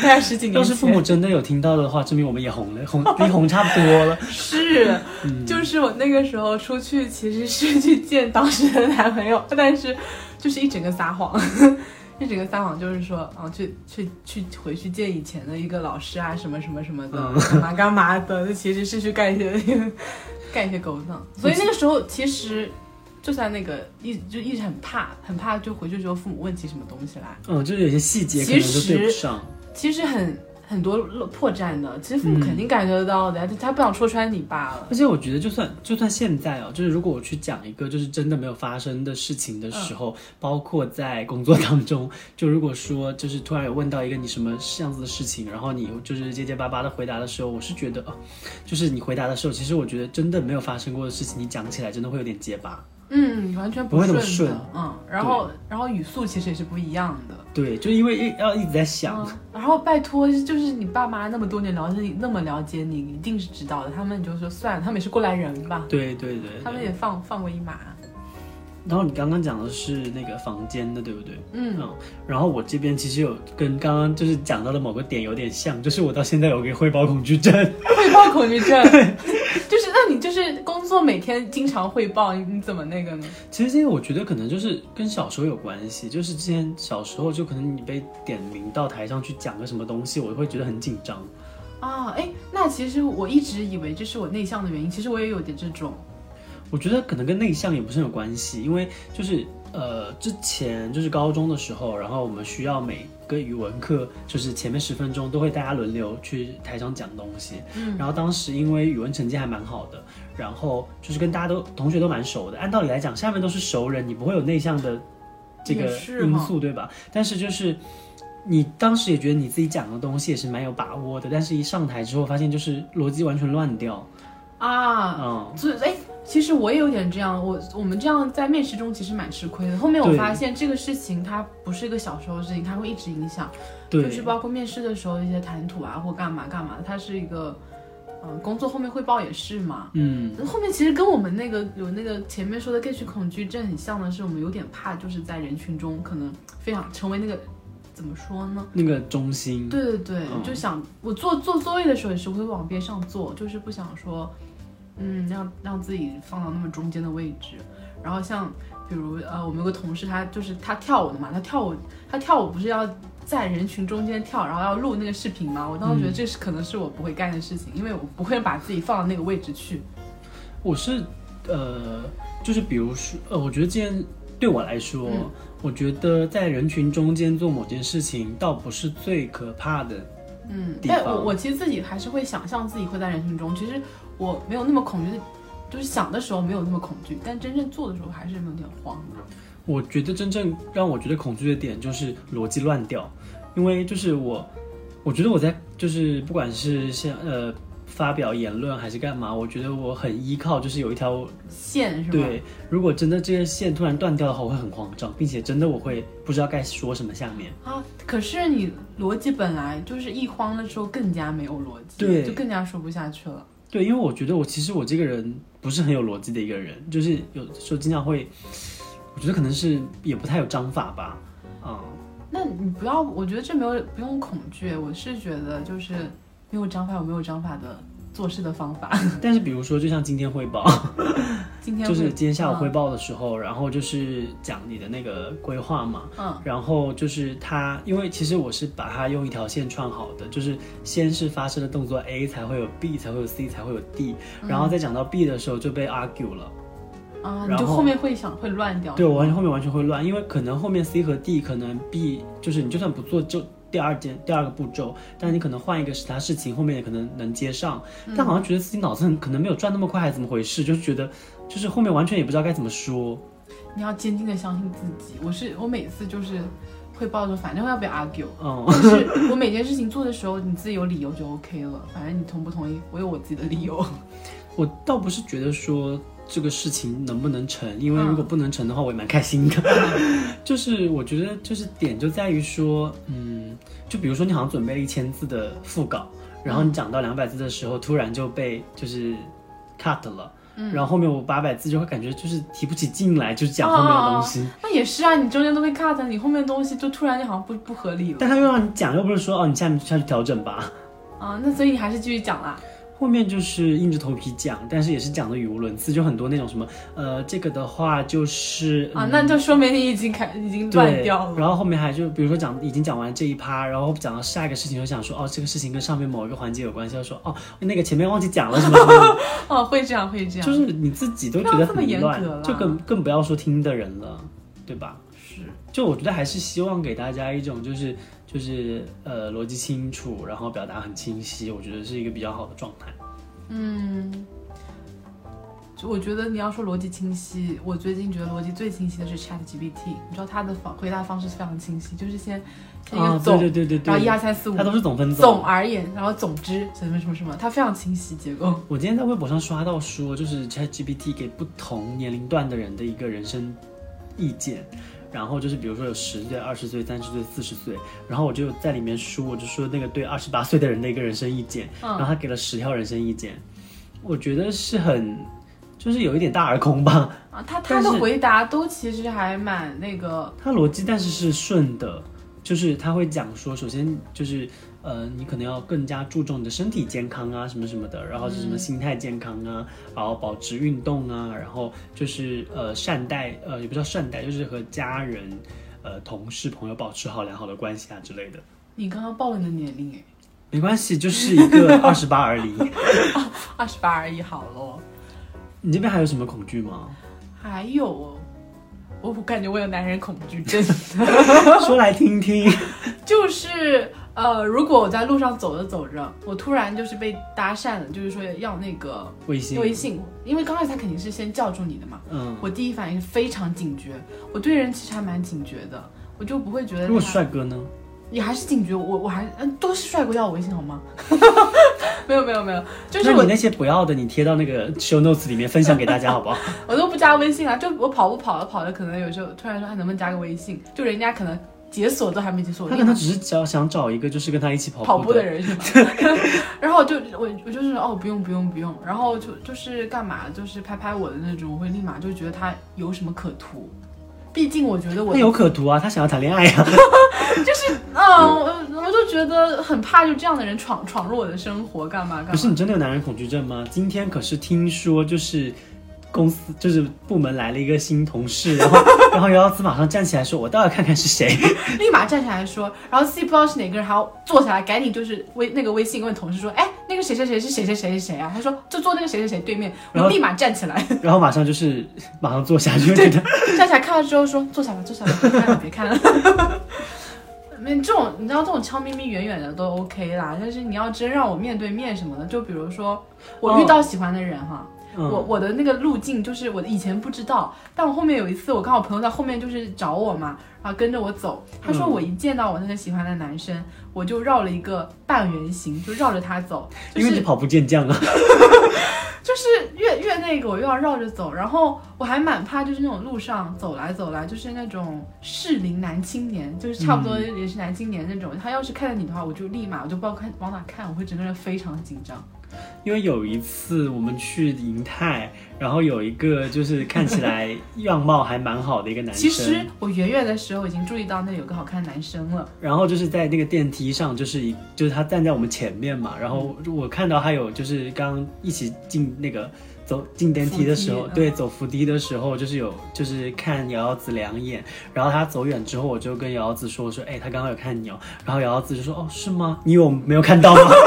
[SPEAKER 2] 大概十几年前。
[SPEAKER 1] 要是父母真的有听到的话，证明我们也红了，红离红差不多了。
[SPEAKER 2] 是，就是我那个时候出去，其实是去见当时的男朋友，但是就是一整个撒谎，一整个撒谎，就是说，啊，去去去回去见以前的一个老师啊，什么什么什么的，
[SPEAKER 1] 嗯
[SPEAKER 2] 干嘛干嘛的，其实是去干一些干一些勾当。所以那个时候其实。就算那个一就一直很怕，很怕就回去之后父母问起什么东西来，
[SPEAKER 1] 嗯，就是有些细节可能就对不
[SPEAKER 2] 其
[SPEAKER 1] 上。
[SPEAKER 2] 其实很很多漏破绽的，其实父母肯定感觉得到的，他不想戳穿你罢了。
[SPEAKER 1] 而且我觉得，就算就算现在哦，就是如果我去讲一个就是真的没有发生的事情的时候，包括在工作当中，就如果说就是突然有问到一个你什么样子的事情，然后你就是结结巴巴的回答的时候，我是觉得，哦就是你回答的时候，其实我觉得真的没有发生过的事情，你讲起来真的会有点结巴。
[SPEAKER 2] 嗯，完全
[SPEAKER 1] 不会那么
[SPEAKER 2] 顺的
[SPEAKER 1] 顺，
[SPEAKER 2] 嗯，然后然后语速其实也是不一样的，
[SPEAKER 1] 对，就因为一要一直在想，
[SPEAKER 2] 嗯，然后拜托，就是你爸妈那么多年了解你，那么了解你，一定是知道的，他们就说算了，他们也是过来人吧，
[SPEAKER 1] 对对对对
[SPEAKER 2] 他们也放放过一 马，
[SPEAKER 1] 然后你刚刚讲的是那个房间的，对不对？
[SPEAKER 2] 嗯，
[SPEAKER 1] 然后我这边其实有跟刚刚就是讲到的某个点有点像，就是我到现在有个汇报恐惧症。
[SPEAKER 2] 汇报恐惧症，就是那你就是工作每天经常汇报，你你怎么那个呢？
[SPEAKER 1] 其实这个我觉得可能就是跟小时候有关系，就是之前小时候就可能你被点名到台上去讲个什么东西，我会觉得很紧张。
[SPEAKER 2] 啊，哎，那其实我一直以为这是我内向的原因，其实我也有点这种，
[SPEAKER 1] 我觉得可能跟内向也不是很有关系，因为就是呃之前就是高中的时候，然后我们需要每个语文课，就是前面十分钟都会大家轮流去台上讲东西。嗯，然后当时因为语文成绩还蛮好的，然后就是跟大家都同学都蛮熟的。按道理来讲，下面都是熟人，你不会有内向的这个
[SPEAKER 2] 也是
[SPEAKER 1] 因
[SPEAKER 2] 哈
[SPEAKER 1] 素，对吧？但是就是你当时也觉得你自己讲的东西也是蛮有把握的，但是一上台之后发现就是逻辑完全乱掉。
[SPEAKER 2] 啊，
[SPEAKER 1] 嗯，
[SPEAKER 2] 所以哎，其实我也有点这样，我我们这样在面试中其实蛮吃亏的。后面我
[SPEAKER 1] 对
[SPEAKER 2] 发现这个事情它不是一个小时候的事情，它会一直影响，
[SPEAKER 1] 对，
[SPEAKER 2] 就是包括面试的时候一些谈吐啊或干嘛干嘛，它是一个，嗯、工作后面汇报也是嘛。
[SPEAKER 1] 嗯，
[SPEAKER 2] 后面其实跟我们那个有那个前面说的 gay 群恐惧症很像的是，我们有点怕就是在人群中可能非常成为那个怎么说呢？
[SPEAKER 1] 那个中心，
[SPEAKER 2] 对对对，
[SPEAKER 1] 嗯
[SPEAKER 2] 就想我做做作业的时候也是会往边上坐，就是不想说，嗯，让让自己放到那么中间的位置。然后像比如呃，我们有个同事，他就是他跳舞的嘛，他跳舞他跳舞不是要在人群中间跳，然后要录那个视频嘛？我当时觉
[SPEAKER 1] 嗯
[SPEAKER 2] 得这是可能是我不会干的事情，因为我不会把自己放到那个位置去。
[SPEAKER 1] 我是呃，就是比如说，呃，我觉得这件对我来说，
[SPEAKER 2] 嗯
[SPEAKER 1] 我觉得在人群中间做某件事情，倒不是最可怕的。
[SPEAKER 2] 嗯，
[SPEAKER 1] 地
[SPEAKER 2] 但
[SPEAKER 1] 方
[SPEAKER 2] 我我其实自己还是会想象自己会在人群中，其实我没有那么恐惧的，就是想的时候没有那么恐惧，但真正做的时候还是有点慌的。
[SPEAKER 1] 我觉得真正让我觉得恐惧的点就是逻辑乱掉，因为就是我，我觉得我在就是不管是像呃发表言论还是干嘛，我觉得我很依靠就是有一条
[SPEAKER 2] 线是吗？
[SPEAKER 1] 对，如果真的这些线突然断掉的话，我会很慌张，并且真的我会不知道该说什么下面。
[SPEAKER 2] 啊，可是你逻辑本来就是一慌的时候更加没有逻辑，
[SPEAKER 1] 对
[SPEAKER 2] 就更加说不下去了。
[SPEAKER 1] 对，因为我觉得我其实我这个人不是很有逻辑的一个人，就是有时候经常会，我觉得可能是也不太有章法吧， 啊、
[SPEAKER 2] 那你不要，我觉得这没有不用恐惧，我是觉得就是没有章法有没有章法的做事的方法。
[SPEAKER 1] 但是比如说，就像今天汇报，
[SPEAKER 2] 今天嗯
[SPEAKER 1] 就是
[SPEAKER 2] 会
[SPEAKER 1] 今天下午汇报的时候，然后就是讲你的那个规划嘛，
[SPEAKER 2] 嗯，
[SPEAKER 1] 然后就是它，因为其实我是把它用一条线串好的，就是先是发生的动作 A 才会有 B 才会有 C 才会有 D，然后再讲到 B 的时候就被 argue 了。
[SPEAKER 2] 啊，
[SPEAKER 1] 然
[SPEAKER 2] 你
[SPEAKER 1] 后
[SPEAKER 2] 就后面会想会乱掉。
[SPEAKER 1] 对，我完后面完全会乱，因为可能后面 C 和 D 可能 B 就是你就算不做就第二件第二个步骤，但你可能换一个其他事情，后面也可能能接上，但好像觉得自己脑子很可能没有转那么快，还是怎么回事？就是觉得就是后面完全也不知道该怎么说。
[SPEAKER 2] 你要坚定的相信自己。我是我每次就是汇报的时候，反正要被 argue，
[SPEAKER 1] 嗯，
[SPEAKER 2] 但是我每件事情做的时候，你自己有理由就 OK 了。反正你同不同意，我有我自己的理由。
[SPEAKER 1] 我倒不是觉得说这个事情能不能成，因为如果不能成的话，我也蛮开心的。 就是我觉得就是点就在于说，嗯，就比如说你好像准备了一千字的副稿，然后你讲到两百字的时候，突然就被就是 cut 了。然后后面我八百字就会感觉就是提不起劲来，就是讲后面的东西。
[SPEAKER 2] 那也是啊，你中间都被 cut，你后面的东西就突然就好像不不合理了
[SPEAKER 1] 但他又让你讲，又不是说哦你下面下去调整吧。
[SPEAKER 2] 啊。那所以你还是继续讲啦。
[SPEAKER 1] 后面就是硬着头皮讲，但是也是讲的语无伦次，就很多那种什么呃这个的话就是嗯
[SPEAKER 2] 啊，那就说明你已经开已经
[SPEAKER 1] 对，
[SPEAKER 2] 断掉了。
[SPEAKER 1] 然后后面还就比如说讲已经讲完这一趴，然后讲到下一个事情，就想说哦，这个事情跟上面某一个环节有关系，要说哦，那个前面忘记讲了什么 什么，
[SPEAKER 2] 哦，会这样，会这样。
[SPEAKER 1] 就是你自己都觉得
[SPEAKER 2] 不要这么
[SPEAKER 1] 很
[SPEAKER 2] 严
[SPEAKER 1] 乱
[SPEAKER 2] 格啦，
[SPEAKER 1] 就更更不要说听的人了，对吧？
[SPEAKER 2] 是
[SPEAKER 1] 就我觉得还是希望给大家一种就是就是呃逻辑清楚，然后表达很清晰，我觉得是一个比较好的状态。
[SPEAKER 2] 嗯，就我觉得你要说逻辑清晰，我最近觉得逻辑最清晰的是 Chat GPT，你知道它的方回答方式非常清晰，就是先先一个
[SPEAKER 1] 啊，
[SPEAKER 2] 总，
[SPEAKER 1] 对对对对
[SPEAKER 2] 然后一
[SPEAKER 1] 对，
[SPEAKER 2] 二三四五
[SPEAKER 1] 它，都是总分
[SPEAKER 2] 总而言，然后总之什么什么什么，它非常清晰结构。
[SPEAKER 1] 哦我今天在微博上刷到说，就是 ChatGPT 给不同年龄段的人的一个人生意见，然后就是比如说有十岁、二十岁、三十岁、四十岁，然后我就在里面说，我就说那个对二十八岁的人的一个人生意见，然后他给了十条人生意见，我觉得是很，就是有一点大而空吧，
[SPEAKER 2] 啊，他他
[SPEAKER 1] 嗯但是
[SPEAKER 2] 的回答都其实还蛮那个，
[SPEAKER 1] 它逻辑但是是顺的，就是他会讲说，首先就是呃，你可能要更加注重你的身体健康啊，什么什么的，然后是什么
[SPEAKER 2] 嗯
[SPEAKER 1] 心态健康啊，然后保持运动啊，然后就是呃善待呃也不叫善待，就是和家人、呃同事、朋友保持好良好的关系啊之类的。
[SPEAKER 2] 你刚刚报了你的年龄哎，
[SPEAKER 1] 没关系，就是一 个二十八而已。
[SPEAKER 2] 二十八而已，好咯。
[SPEAKER 1] 你这边还有什么恐惧吗？
[SPEAKER 2] 还有，哦我感觉我有男人恐惧症，
[SPEAKER 1] 说来听听。
[SPEAKER 2] 就是呃，如果我在路上走着走着，我突然就是被搭讪了，就是说要那个
[SPEAKER 1] 微信，
[SPEAKER 2] 微信，因为刚开始他肯定是先叫住你的嘛。
[SPEAKER 1] 嗯，
[SPEAKER 2] 我第一反应是非常警觉，我对人其实还蛮警觉的，我就不会觉得
[SPEAKER 1] 如果
[SPEAKER 2] 他
[SPEAKER 1] 是帅哥呢？
[SPEAKER 2] 也还是警觉，我我还嗯都是帅哥要我微信好吗？ 没有没有没有，就是
[SPEAKER 1] 那
[SPEAKER 2] 我
[SPEAKER 1] 你那些不要的，你贴到那个 show notes 里面分享给大家，好不好？
[SPEAKER 2] 我都不加微信啊，就我跑步跑着跑着，可能有时候突然说还哎能不能加个微信，就人家可能解锁都还没解锁，
[SPEAKER 1] 他可能只是想想找一个就是跟他一起跑
[SPEAKER 2] 哦跑
[SPEAKER 1] 步
[SPEAKER 2] 步
[SPEAKER 1] 的
[SPEAKER 2] 的人是吗？ 然后我就我我就是哦不用不用不用，然后就就是干嘛就是拍拍我的那种，我会立马就觉得他有什么可图，毕竟我觉得我
[SPEAKER 1] 那有可图啊，他想要谈恋爱啊。
[SPEAKER 2] 嗯我我就觉得很怕就这样的人闯闯入我的生活干嘛干
[SPEAKER 1] 可
[SPEAKER 2] 嘛，
[SPEAKER 1] 是你真的有男人恐惧症吗？今天可是听说就是。公司就是部门来了一个新同事，然后然后瑶瑶子马上站起来说：“我倒要看看是谁。
[SPEAKER 2] 立马站起来说，然后自己不知道是哪个人，还要坐下来赶紧就是微那个微信问同事说，哎那个谁谁谁是谁谁谁谁谁啊？他说就坐那个谁谁谁对面，
[SPEAKER 1] 然
[SPEAKER 2] 我
[SPEAKER 1] 后
[SPEAKER 2] 立马站起来。”
[SPEAKER 1] 然后马上就是马上坐下，就觉得
[SPEAKER 2] 站起来看了之后说：“坐下吧，坐下吧，别看了，别看了。” 没这种，你知道这种悄咪咪远远的都 OK 啦，但是你要真让我面对面什么的，就比如说我遇到喜欢的人哈，
[SPEAKER 1] 嗯
[SPEAKER 2] 我我的那个路径就是我以前不知道，但我后面有一次，我刚好朋友在后面就是找我嘛，然后跟着我走，他说
[SPEAKER 1] 嗯
[SPEAKER 2] 我一见到我那个喜欢的男生，我就绕了一个半圆形，就绕着他走，就
[SPEAKER 1] 因为
[SPEAKER 2] 是
[SPEAKER 1] 你跑步健将啊，
[SPEAKER 2] 就是越越那个，我又要绕着走，然后我还蛮怕，就是那种路上走来走来，就是那种适龄男青年，就是差不多也是男青年那种。他要是看到你的话，我就立马我就不知道看往哪看，我会整个人非常紧张。
[SPEAKER 1] 因为有一次我们去银泰，然后有一个就是看起来样貌还蛮好的一个男生，
[SPEAKER 2] 其实我远远的时候已经注意到那里有个好看的男生了，
[SPEAKER 1] 然后就是在那个电梯上，就是一就是他站在我们前面嘛，然后
[SPEAKER 2] 嗯
[SPEAKER 1] 我看到他有就是刚一起进那个走进电梯的时候
[SPEAKER 2] 扶，梯嗯
[SPEAKER 1] 对，走扶梯的时候就是有就是看瑶瑶子两眼，然后他走远之后，我就跟瑶瑶子说我说，哎，他刚刚有看你哦，然后瑶瑶子就说，哦，是吗？你以为我没有看到吗？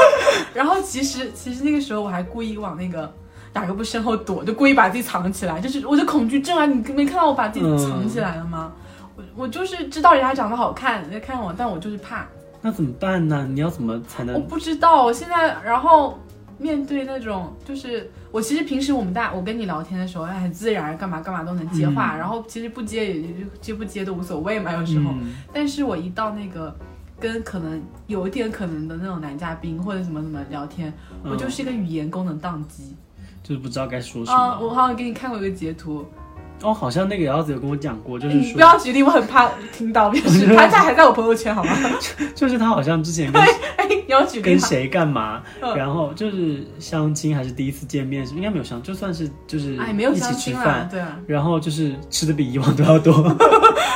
[SPEAKER 2] 然后其实其实那个时候我还故意往那个。雅各布身后躲，就故意把自己藏起来，就是我的恐惧症啊！你没看到我把自己藏起来了吗？我我就是知道人家长得好看，人家看我，但我就是怕，
[SPEAKER 1] 那怎么办呢？你要怎么才
[SPEAKER 2] 我
[SPEAKER 1] 能？
[SPEAKER 2] 不知道，我现在然后面对那种就是我其实平时我们大我跟你聊天的时候哎很自然，干嘛干嘛都能接
[SPEAKER 1] 嗯
[SPEAKER 2] 话，然后其实不接也就接不接都无所谓嘛，有时候。
[SPEAKER 1] 嗯
[SPEAKER 2] 但是我一到那个跟可能有一点可能的那种男嘉宾或者什么什么聊天，我就是一个语言功能宕机。
[SPEAKER 1] 就是不知道该说什
[SPEAKER 2] 啊、
[SPEAKER 1] 么。
[SPEAKER 2] 我好像给你看过一个截图，
[SPEAKER 1] 哦，好像那个瑶瑶子有跟我讲过，就是
[SPEAKER 2] 哎你不
[SPEAKER 1] 说，
[SPEAKER 2] 要举例，我很怕听 到，别是他在还在我朋友圈好吗？
[SPEAKER 1] 就是他好像之前跟
[SPEAKER 2] 哎，你要举例
[SPEAKER 1] 跟
[SPEAKER 2] 吗？
[SPEAKER 1] 谁干嘛，
[SPEAKER 2] 嗯
[SPEAKER 1] 然后就是相亲还是第一次见面，应该没有相，就算是就是
[SPEAKER 2] 哎，没有
[SPEAKER 1] 一
[SPEAKER 2] 相
[SPEAKER 1] 起吃
[SPEAKER 2] 亲啦
[SPEAKER 1] 饭，，
[SPEAKER 2] 对啊。
[SPEAKER 1] 然后就是吃的比以往都要多。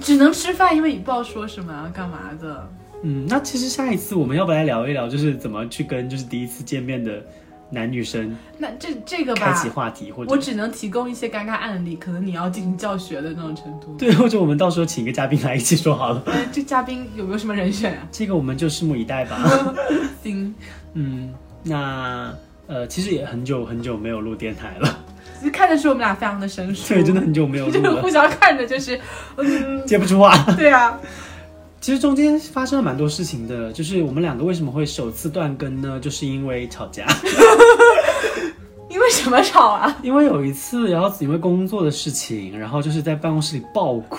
[SPEAKER 2] 只能吃饭，因为你不知道说什么啊，干嘛的。
[SPEAKER 1] 嗯，那其实下一次我们要不要来聊一聊，就是怎么去跟就是第一次见面的男女生
[SPEAKER 2] 那这这个
[SPEAKER 1] 开
[SPEAKER 2] 吧
[SPEAKER 1] 启，话题，或
[SPEAKER 2] 我
[SPEAKER 1] 者
[SPEAKER 2] 只能提供一些尴尬案例，可能你要进行教学的那种程度。
[SPEAKER 1] 对，或者我们到时候请一个嘉宾来一起说好了。
[SPEAKER 2] 哎这嘉宾有没有什么人选啊？
[SPEAKER 1] 这个我们就拭目以待吧。
[SPEAKER 2] 行，
[SPEAKER 1] 嗯，那呃，其实也很久很久没有录电台 了，
[SPEAKER 2] 就看得出我们俩非常的生疏，
[SPEAKER 1] 对，真 的很久没有
[SPEAKER 2] 就
[SPEAKER 1] 录
[SPEAKER 2] 是
[SPEAKER 1] 了，
[SPEAKER 2] 互相看着就是， 嗯，
[SPEAKER 1] 接不出话。
[SPEAKER 2] 对啊，
[SPEAKER 1] 其实中间发生了蛮多事情的，就是我们两个为什么会首次断更呢？就是因为吵架，
[SPEAKER 2] 因为什么吵啊？
[SPEAKER 1] 因为有一次瑶瑶子因为工作的事情，然后就是在办公室里爆哭，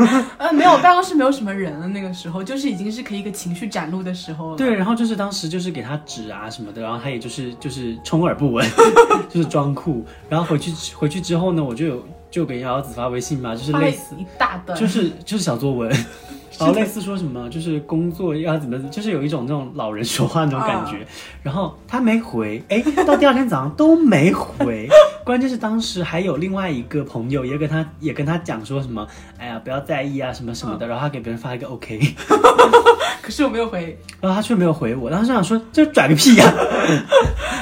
[SPEAKER 2] 呃，没有，办公室没有什么人了，那个时候就是已经是可以一个情绪展露的时候了。
[SPEAKER 1] 对，然后就是当时就是给她纸啊什么的，然后她也就是就是充耳不闻， 就是装酷，然后回去回去之后呢，我就有就给瑶瑶子发微信嘛，就是
[SPEAKER 2] 发了
[SPEAKER 1] 类似
[SPEAKER 2] 一大段，
[SPEAKER 1] 就是就是小 作文，然后类似说什么就是工作要怎么，就是有一种那种老人说话那种感
[SPEAKER 2] 嗯
[SPEAKER 1] 觉。然后他没回，哎，到第二天早上都没回。关键是当时还有另外一个朋友也跟他也跟他讲说什么，哎呀不要在意啊什么什
[SPEAKER 2] 嗯
[SPEAKER 1] 么的，然后他给别人发一个 OK，
[SPEAKER 2] 可是我没有回，
[SPEAKER 1] 然后他却没有回我，当时想说这拽个 屁呀、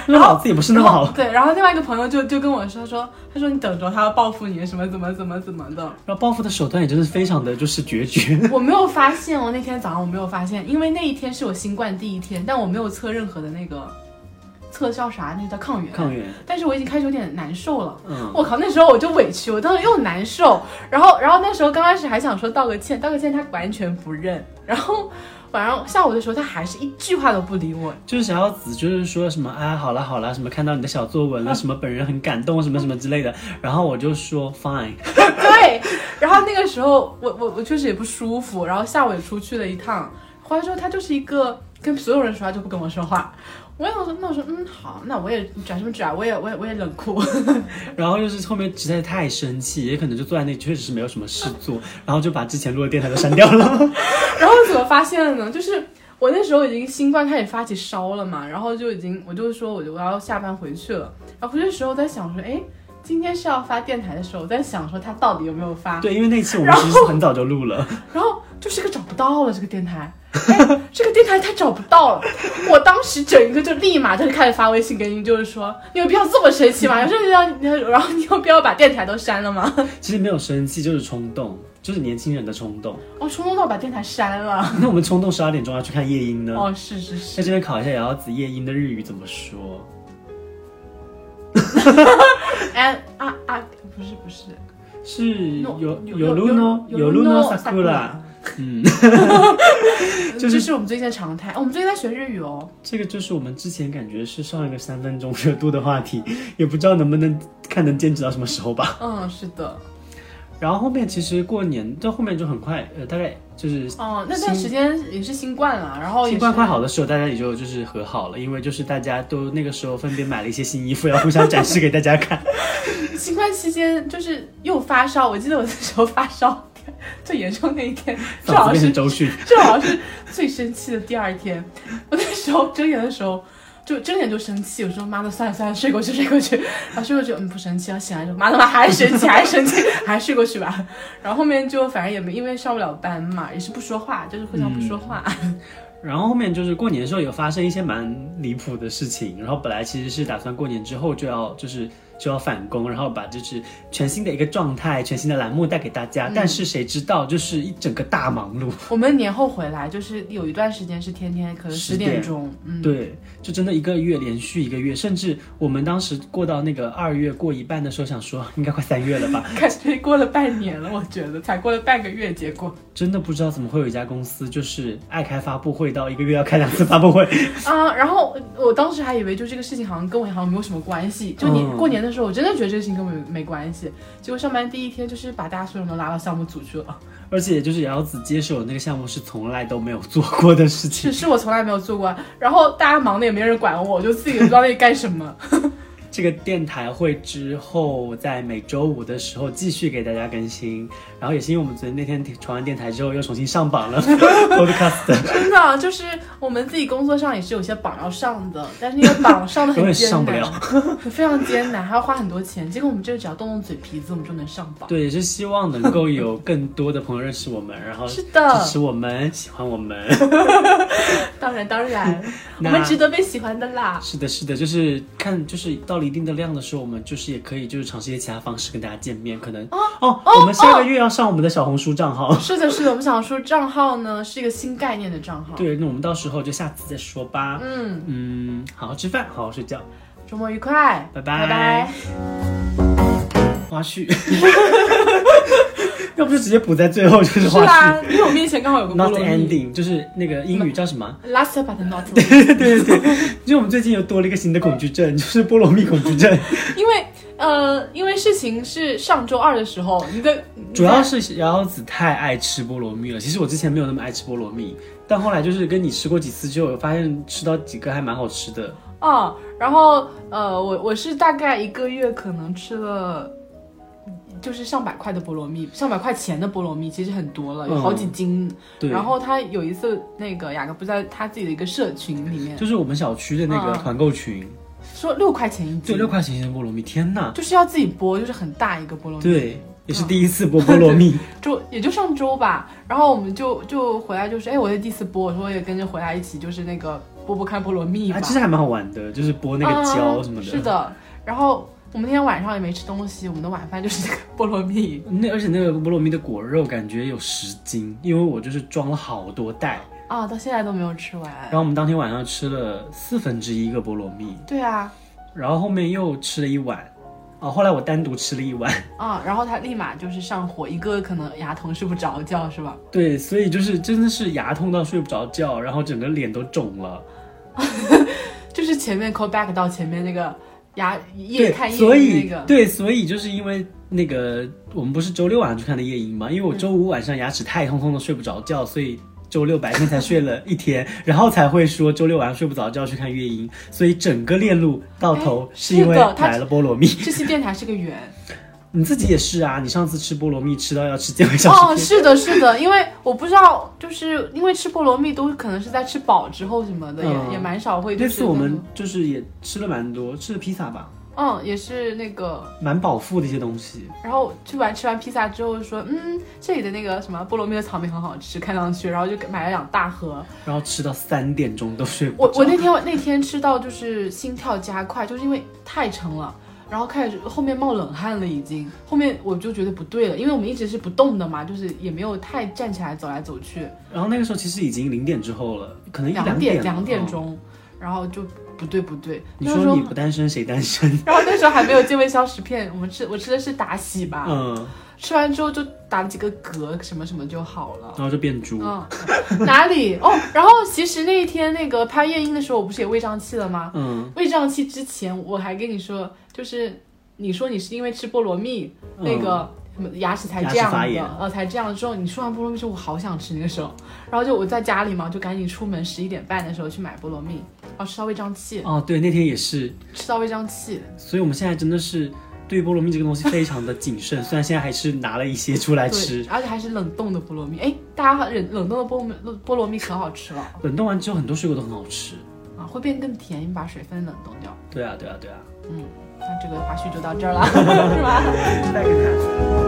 [SPEAKER 1] 那脑子也不是那么
[SPEAKER 2] 然
[SPEAKER 1] 好
[SPEAKER 2] 后。对，然后另外一个朋友就就跟我说，他说他说你等着，他要报复你，什么怎么怎么怎么的。
[SPEAKER 1] 然后报复的手段也真的非常的就是决绝，
[SPEAKER 2] 我没有发现，哦，那天早上我没有发现，因为那一天是我新冠第一天，但我没有测任何的那个测叫啥？那叫抗原。
[SPEAKER 1] 抗原，
[SPEAKER 2] 但是我已经开始有点难受了。
[SPEAKER 1] 嗯，
[SPEAKER 2] 我靠，那时候我就委屈，我当时又难受，然后，然后那时候刚开始还想说道个歉，道个歉，他完全不认。然后晚上下午的时候，他还是一句话都不理我。
[SPEAKER 1] 就是小紫就是说什么啊，好啦好啦，什么看到你的小作
[SPEAKER 2] 啊
[SPEAKER 1] 文了，什么本人很感动，什么什么之类的。然后我就说 fine，
[SPEAKER 2] 对，然后那个时候我我我确实也不舒服，然后下午也出去了一趟，回来之后他就是一个跟所有人说话就不跟我说话。我想说，那我说，嗯，好，那我也转什么转，我也我也我也冷酷。
[SPEAKER 1] 然后就是后面实在太生气，也可能就坐在那里确实是没有什么事做，然后就把之前录的电台都删掉了。
[SPEAKER 2] 然后怎么发现的呢？就是我那时候已经新冠开始发起烧了嘛，然后就已经我就说我就我要下班回去了。然后回去的时候在想说，哎，今天是要发电台的时候，我在想说他到底有没有发，
[SPEAKER 1] 对，因为那期我们其实很早就录了，
[SPEAKER 2] 然后就是个找不到了这个电台。 哎，这个电台他找不到了，我当时整个就立马就是开始发微信给你，就是说你有必要这么生 气吗？有这必要你，然后你有必要把电台都删了吗？
[SPEAKER 1] 其实没有生气，就是冲动，就是年轻人的冲动。
[SPEAKER 2] 我冲哦动到把电台删了。
[SPEAKER 1] 那我们冲动十二点钟要去看夜莺呢？
[SPEAKER 2] 哦， 是是是
[SPEAKER 1] 在，这边考一下瑶瑶子夜莺的日语怎么说？
[SPEAKER 2] 哎啊啊，不是不是，
[SPEAKER 1] 是
[SPEAKER 2] No，
[SPEAKER 1] 有
[SPEAKER 2] 有
[SPEAKER 1] 有
[SPEAKER 2] 有
[SPEAKER 1] luno
[SPEAKER 2] 有
[SPEAKER 1] 有
[SPEAKER 2] luno
[SPEAKER 1] luno
[SPEAKER 2] sakura
[SPEAKER 1] sakura，嗯，
[SPEAKER 2] 这
[SPEAKER 1] 就是
[SPEAKER 2] 是我们最近的常态。哦我们最近在学日语哦。
[SPEAKER 1] 这个就是我们之前感觉是上一个三分钟 热度的话题，也不知道能不能看能坚持到什么时候吧。
[SPEAKER 2] 嗯，是的。
[SPEAKER 1] 然后后面其实过年到后面就很快，呃，大概就是
[SPEAKER 2] 哦，那段时间也是新冠了，然后也
[SPEAKER 1] 新
[SPEAKER 2] 是
[SPEAKER 1] 冠快好的时候，大家也就就是和好了，因为就是大家都那个时候分别买了一些新衣服，要互相展示给大家看。
[SPEAKER 2] 新冠期间就是又发烧，我记得我那时候发烧最严重那一 天，正
[SPEAKER 1] 嗓子
[SPEAKER 2] 好
[SPEAKER 1] 变
[SPEAKER 2] 是
[SPEAKER 1] 成周迅，
[SPEAKER 2] 正好是最生气的第二天。我那时候睁眼的时候。就睁眼就生气，我说妈的，算了算了，睡过去 睡过去，然后睡过去，嗯，不生气，然后醒来就妈的妈还生气还生气， 还睡过去吧。然后后面就反正也没因为上不了班嘛，也是不说话，就是互相不说
[SPEAKER 1] 嗯
[SPEAKER 2] 话。
[SPEAKER 1] 然后后面就是过年的时候有发生一些蛮离谱的事情，然后本来其实是打算过年之后就要就是就要返工，然后把就是全新的一个状态、全新的栏目带给大家，但是谁知道就是一整个大忙碌，
[SPEAKER 2] 我们年后回来，就是有一段时间是天天可能
[SPEAKER 1] 10
[SPEAKER 2] 十
[SPEAKER 1] 点
[SPEAKER 2] 点钟，嗯，
[SPEAKER 1] 对，就真的一个月连续一个月，甚至我们当时过到那个二月过一半的时候，想说应该快三月了吧，
[SPEAKER 2] 感觉过了半年了，我觉得才过了半个月，结果
[SPEAKER 1] 真的不知道怎么会有一家公司就是爱开发布会到一个月要开两次发布会，
[SPEAKER 2] 啊，然后我当时还以为就这个事情好像跟我好像没有什么关系，就你
[SPEAKER 1] 嗯
[SPEAKER 2] 过年的时候，我真的觉得这个事情跟我没没关系，结果上班第一天就是把大家所有人都拉到项目组去了，
[SPEAKER 1] 而且就是瑶子接手那个项目是从来都没有做过的事情
[SPEAKER 2] 是，是我从来没有做过，然后大家忙的也没人管我，我就自己不知道在干什么，
[SPEAKER 1] 这个电台会之后在每周五的时候继续给大家更新，然后也是因为我们昨天那天传完电台之后又重新 上榜了 Podcast，
[SPEAKER 2] 真的就是我们自己工作上也是有些榜要上的，但是那个榜上的
[SPEAKER 1] 永
[SPEAKER 2] 很
[SPEAKER 1] 远
[SPEAKER 2] 艰
[SPEAKER 1] 上不
[SPEAKER 2] 难
[SPEAKER 1] 了。
[SPEAKER 2] 非常艰难，还要花很多钱。结果我们这只要动动嘴皮子，我们就能上榜。
[SPEAKER 1] 对，也是希望能够有更多的朋友认识我们，然后
[SPEAKER 2] 是
[SPEAKER 1] 支
[SPEAKER 2] 的
[SPEAKER 1] 持我们，喜欢 我们。
[SPEAKER 2] 当然，当然，我
[SPEAKER 1] 那
[SPEAKER 2] 们值得被喜欢的啦。
[SPEAKER 1] 是的，是的，就是看，就是到了一定的量的时候，我们就是也可以就是尝试一些其他方式跟大家见面。可能哦哦，我们下个月要上我们的小红书账号。
[SPEAKER 2] 是的，是的，我们想说账号呢是一个新概念的账号。
[SPEAKER 1] 对，那我们到时候就下次再说吧。
[SPEAKER 2] 嗯，
[SPEAKER 1] 嗯，好好吃饭，好好睡觉。
[SPEAKER 2] 周末愉快，
[SPEAKER 1] 拜
[SPEAKER 2] 拜
[SPEAKER 1] 拜
[SPEAKER 2] 拜。
[SPEAKER 1] 花絮， 要不就直接补在最后就是
[SPEAKER 2] 是啊
[SPEAKER 1] 花絮。
[SPEAKER 2] 啦，因为我面前刚好有个菠
[SPEAKER 1] Not
[SPEAKER 2] 萝蜜。
[SPEAKER 1] ending，就是那个英语叫什 么啊？
[SPEAKER 2] Last but not least，
[SPEAKER 1] 对对对，因为我们最近又多了一个新的恐惧症，就是菠萝蜜恐惧症。
[SPEAKER 2] 因为呃，因为事情是上周二的时候，你的你在
[SPEAKER 1] 主要是瑶瑶子太爱吃菠萝蜜了。其实我之前没有那么爱吃菠萝蜜，但后来就是跟你吃过几次之后，我发现吃到几个还蛮好吃的。
[SPEAKER 2] 啊，然后呃，我我是大概一个月可能吃了，就是上百块的菠萝蜜，上百块钱的菠萝蜜其实很多了，有好几斤。
[SPEAKER 1] 嗯对，
[SPEAKER 2] 然后他有一次那个雅各布在他自己的一个社群里面
[SPEAKER 1] 就是我们小区的那个
[SPEAKER 2] 嗯
[SPEAKER 1] 团购群，
[SPEAKER 2] 说六块钱一
[SPEAKER 1] 就
[SPEAKER 2] 斤，
[SPEAKER 1] 六块钱一斤菠萝蜜，天呐！
[SPEAKER 2] 就是要自己剥，就是很大一个菠萝蜜。
[SPEAKER 1] 对，
[SPEAKER 2] 嗯
[SPEAKER 1] 也是第一次剥菠 萝蜜，
[SPEAKER 2] 就也就上周吧，然后我们就就回来就是，哎，我也第一次剥，我说我也跟着回来一起就是那个剥剥看菠萝蜜吧
[SPEAKER 1] 啊，。其实还蛮好玩的，就是剥那个胶什么
[SPEAKER 2] 啊
[SPEAKER 1] 的。
[SPEAKER 2] 是的，然后我们那天晚上也没吃东西，我们的晚饭就是那个菠萝蜜。
[SPEAKER 1] 那而且那个菠萝蜜的果肉感觉有十斤，因为我就是装了好多袋，
[SPEAKER 2] 啊，到现在都没有吃完
[SPEAKER 1] 然。后我们当天晚上吃了四分之一个菠萝蜜，
[SPEAKER 2] 对啊，
[SPEAKER 1] 然后后面又吃了一碗，哦，后来我单独吃了一碗。
[SPEAKER 2] 啊，然后他立马就是上火，一个可能牙疼睡不着觉是吧？
[SPEAKER 1] 对，所以就是真的是牙痛到睡不着觉，然后整个脸都肿了。
[SPEAKER 2] 就是前面 call back 到前面那个牙夜
[SPEAKER 1] 对，
[SPEAKER 2] 看夜
[SPEAKER 1] 所
[SPEAKER 2] 那
[SPEAKER 1] 以
[SPEAKER 2] 个，
[SPEAKER 1] 对，所以就是因为那个我们不是周六晚上去看的夜莺嘛，因为
[SPEAKER 2] 嗯
[SPEAKER 1] 我周五晚上牙齿太痛痛的睡不着觉，所以。周六白天才睡了一天， 然后才会说周六晚上睡不着觉去看夜莺，所以整个链路到头
[SPEAKER 2] 哎
[SPEAKER 1] 是因为
[SPEAKER 2] 是的它
[SPEAKER 1] 买了菠萝蜜。
[SPEAKER 2] 这期电台是个圆。
[SPEAKER 1] 你自己也是啊，你上次吃菠萝蜜吃到要吃 健胃消食
[SPEAKER 2] 哦，是的，是的，因为我不知道，就是因为吃菠萝蜜都可能是在吃饱之后什么的，
[SPEAKER 1] 嗯
[SPEAKER 2] 也也蛮少会。
[SPEAKER 1] 片。
[SPEAKER 2] 就
[SPEAKER 1] 那
[SPEAKER 2] 是
[SPEAKER 1] 次我们就是也吃了蛮多，吃了披萨吧，
[SPEAKER 2] 嗯，也是那个，
[SPEAKER 1] 蛮饱腹的一些东西。
[SPEAKER 2] 然后去完吃完披萨之后说，嗯，这里的那个什么菠萝蜜的草莓很好吃，看上去，然后就给买了两大盒。
[SPEAKER 1] 然后吃到三点钟都睡不
[SPEAKER 2] 我
[SPEAKER 1] 着。
[SPEAKER 2] 我那天我那天吃到就是心跳加快，就是因为太撑了。然后开始后面冒冷汗了，已经后面我就觉得不对了，因为我们一直是不动的嘛，就是也没有太站起来走来走去，
[SPEAKER 1] 然后那个时候其实已经零点之后了，可能一
[SPEAKER 2] 两
[SPEAKER 1] 点
[SPEAKER 2] 点两点
[SPEAKER 1] 了。嗯
[SPEAKER 2] 钟，然后就不对不对，
[SPEAKER 1] 你
[SPEAKER 2] 那时
[SPEAKER 1] 说
[SPEAKER 2] 候
[SPEAKER 1] 你不单身谁单身？
[SPEAKER 2] 然后那时候还没有健胃消食片，我们吃我吃的是达喜吧，
[SPEAKER 1] 嗯，
[SPEAKER 2] 吃完之后就打了几个嗝什么什么就好了。
[SPEAKER 1] 然后就变猪。
[SPEAKER 2] 嗯，哪里哦？然后其实那一天那个拍夜莺的时候，我不是也胃胀气了吗？
[SPEAKER 1] 嗯，
[SPEAKER 2] 胃胀气之前我还跟你说，就是你说你是因为吃菠萝蜜、
[SPEAKER 1] 嗯
[SPEAKER 2] 那个什么牙齿才
[SPEAKER 1] 牙齿
[SPEAKER 2] 这样
[SPEAKER 1] 发炎
[SPEAKER 2] 的，呃，才这样之后，你说完菠萝蜜之后，我好想吃那个时候，然后就我在家里嘛，就赶紧出门十一点半的时候去买菠萝蜜，然后吃到胃胀气，
[SPEAKER 1] 哦，对，那天也是，
[SPEAKER 2] 吃到胃胀气，
[SPEAKER 1] 所以我们现在真的是对菠萝蜜这个东西非常的谨慎， 虽然现在还是拿了一些出来
[SPEAKER 2] 对
[SPEAKER 1] 吃。，
[SPEAKER 2] 而且还是冷冻的菠萝蜜。哎，大家冷冷冻的菠萝蜜菠萝蜜可好吃了
[SPEAKER 1] 冷冻完之后，很多水果都很好吃。
[SPEAKER 2] 啊，会变更甜，你把水分冷冻掉。
[SPEAKER 1] 对啊，对啊，对啊，
[SPEAKER 2] 嗯，那这个花絮就到这儿了，是吧？
[SPEAKER 1] 带给大家。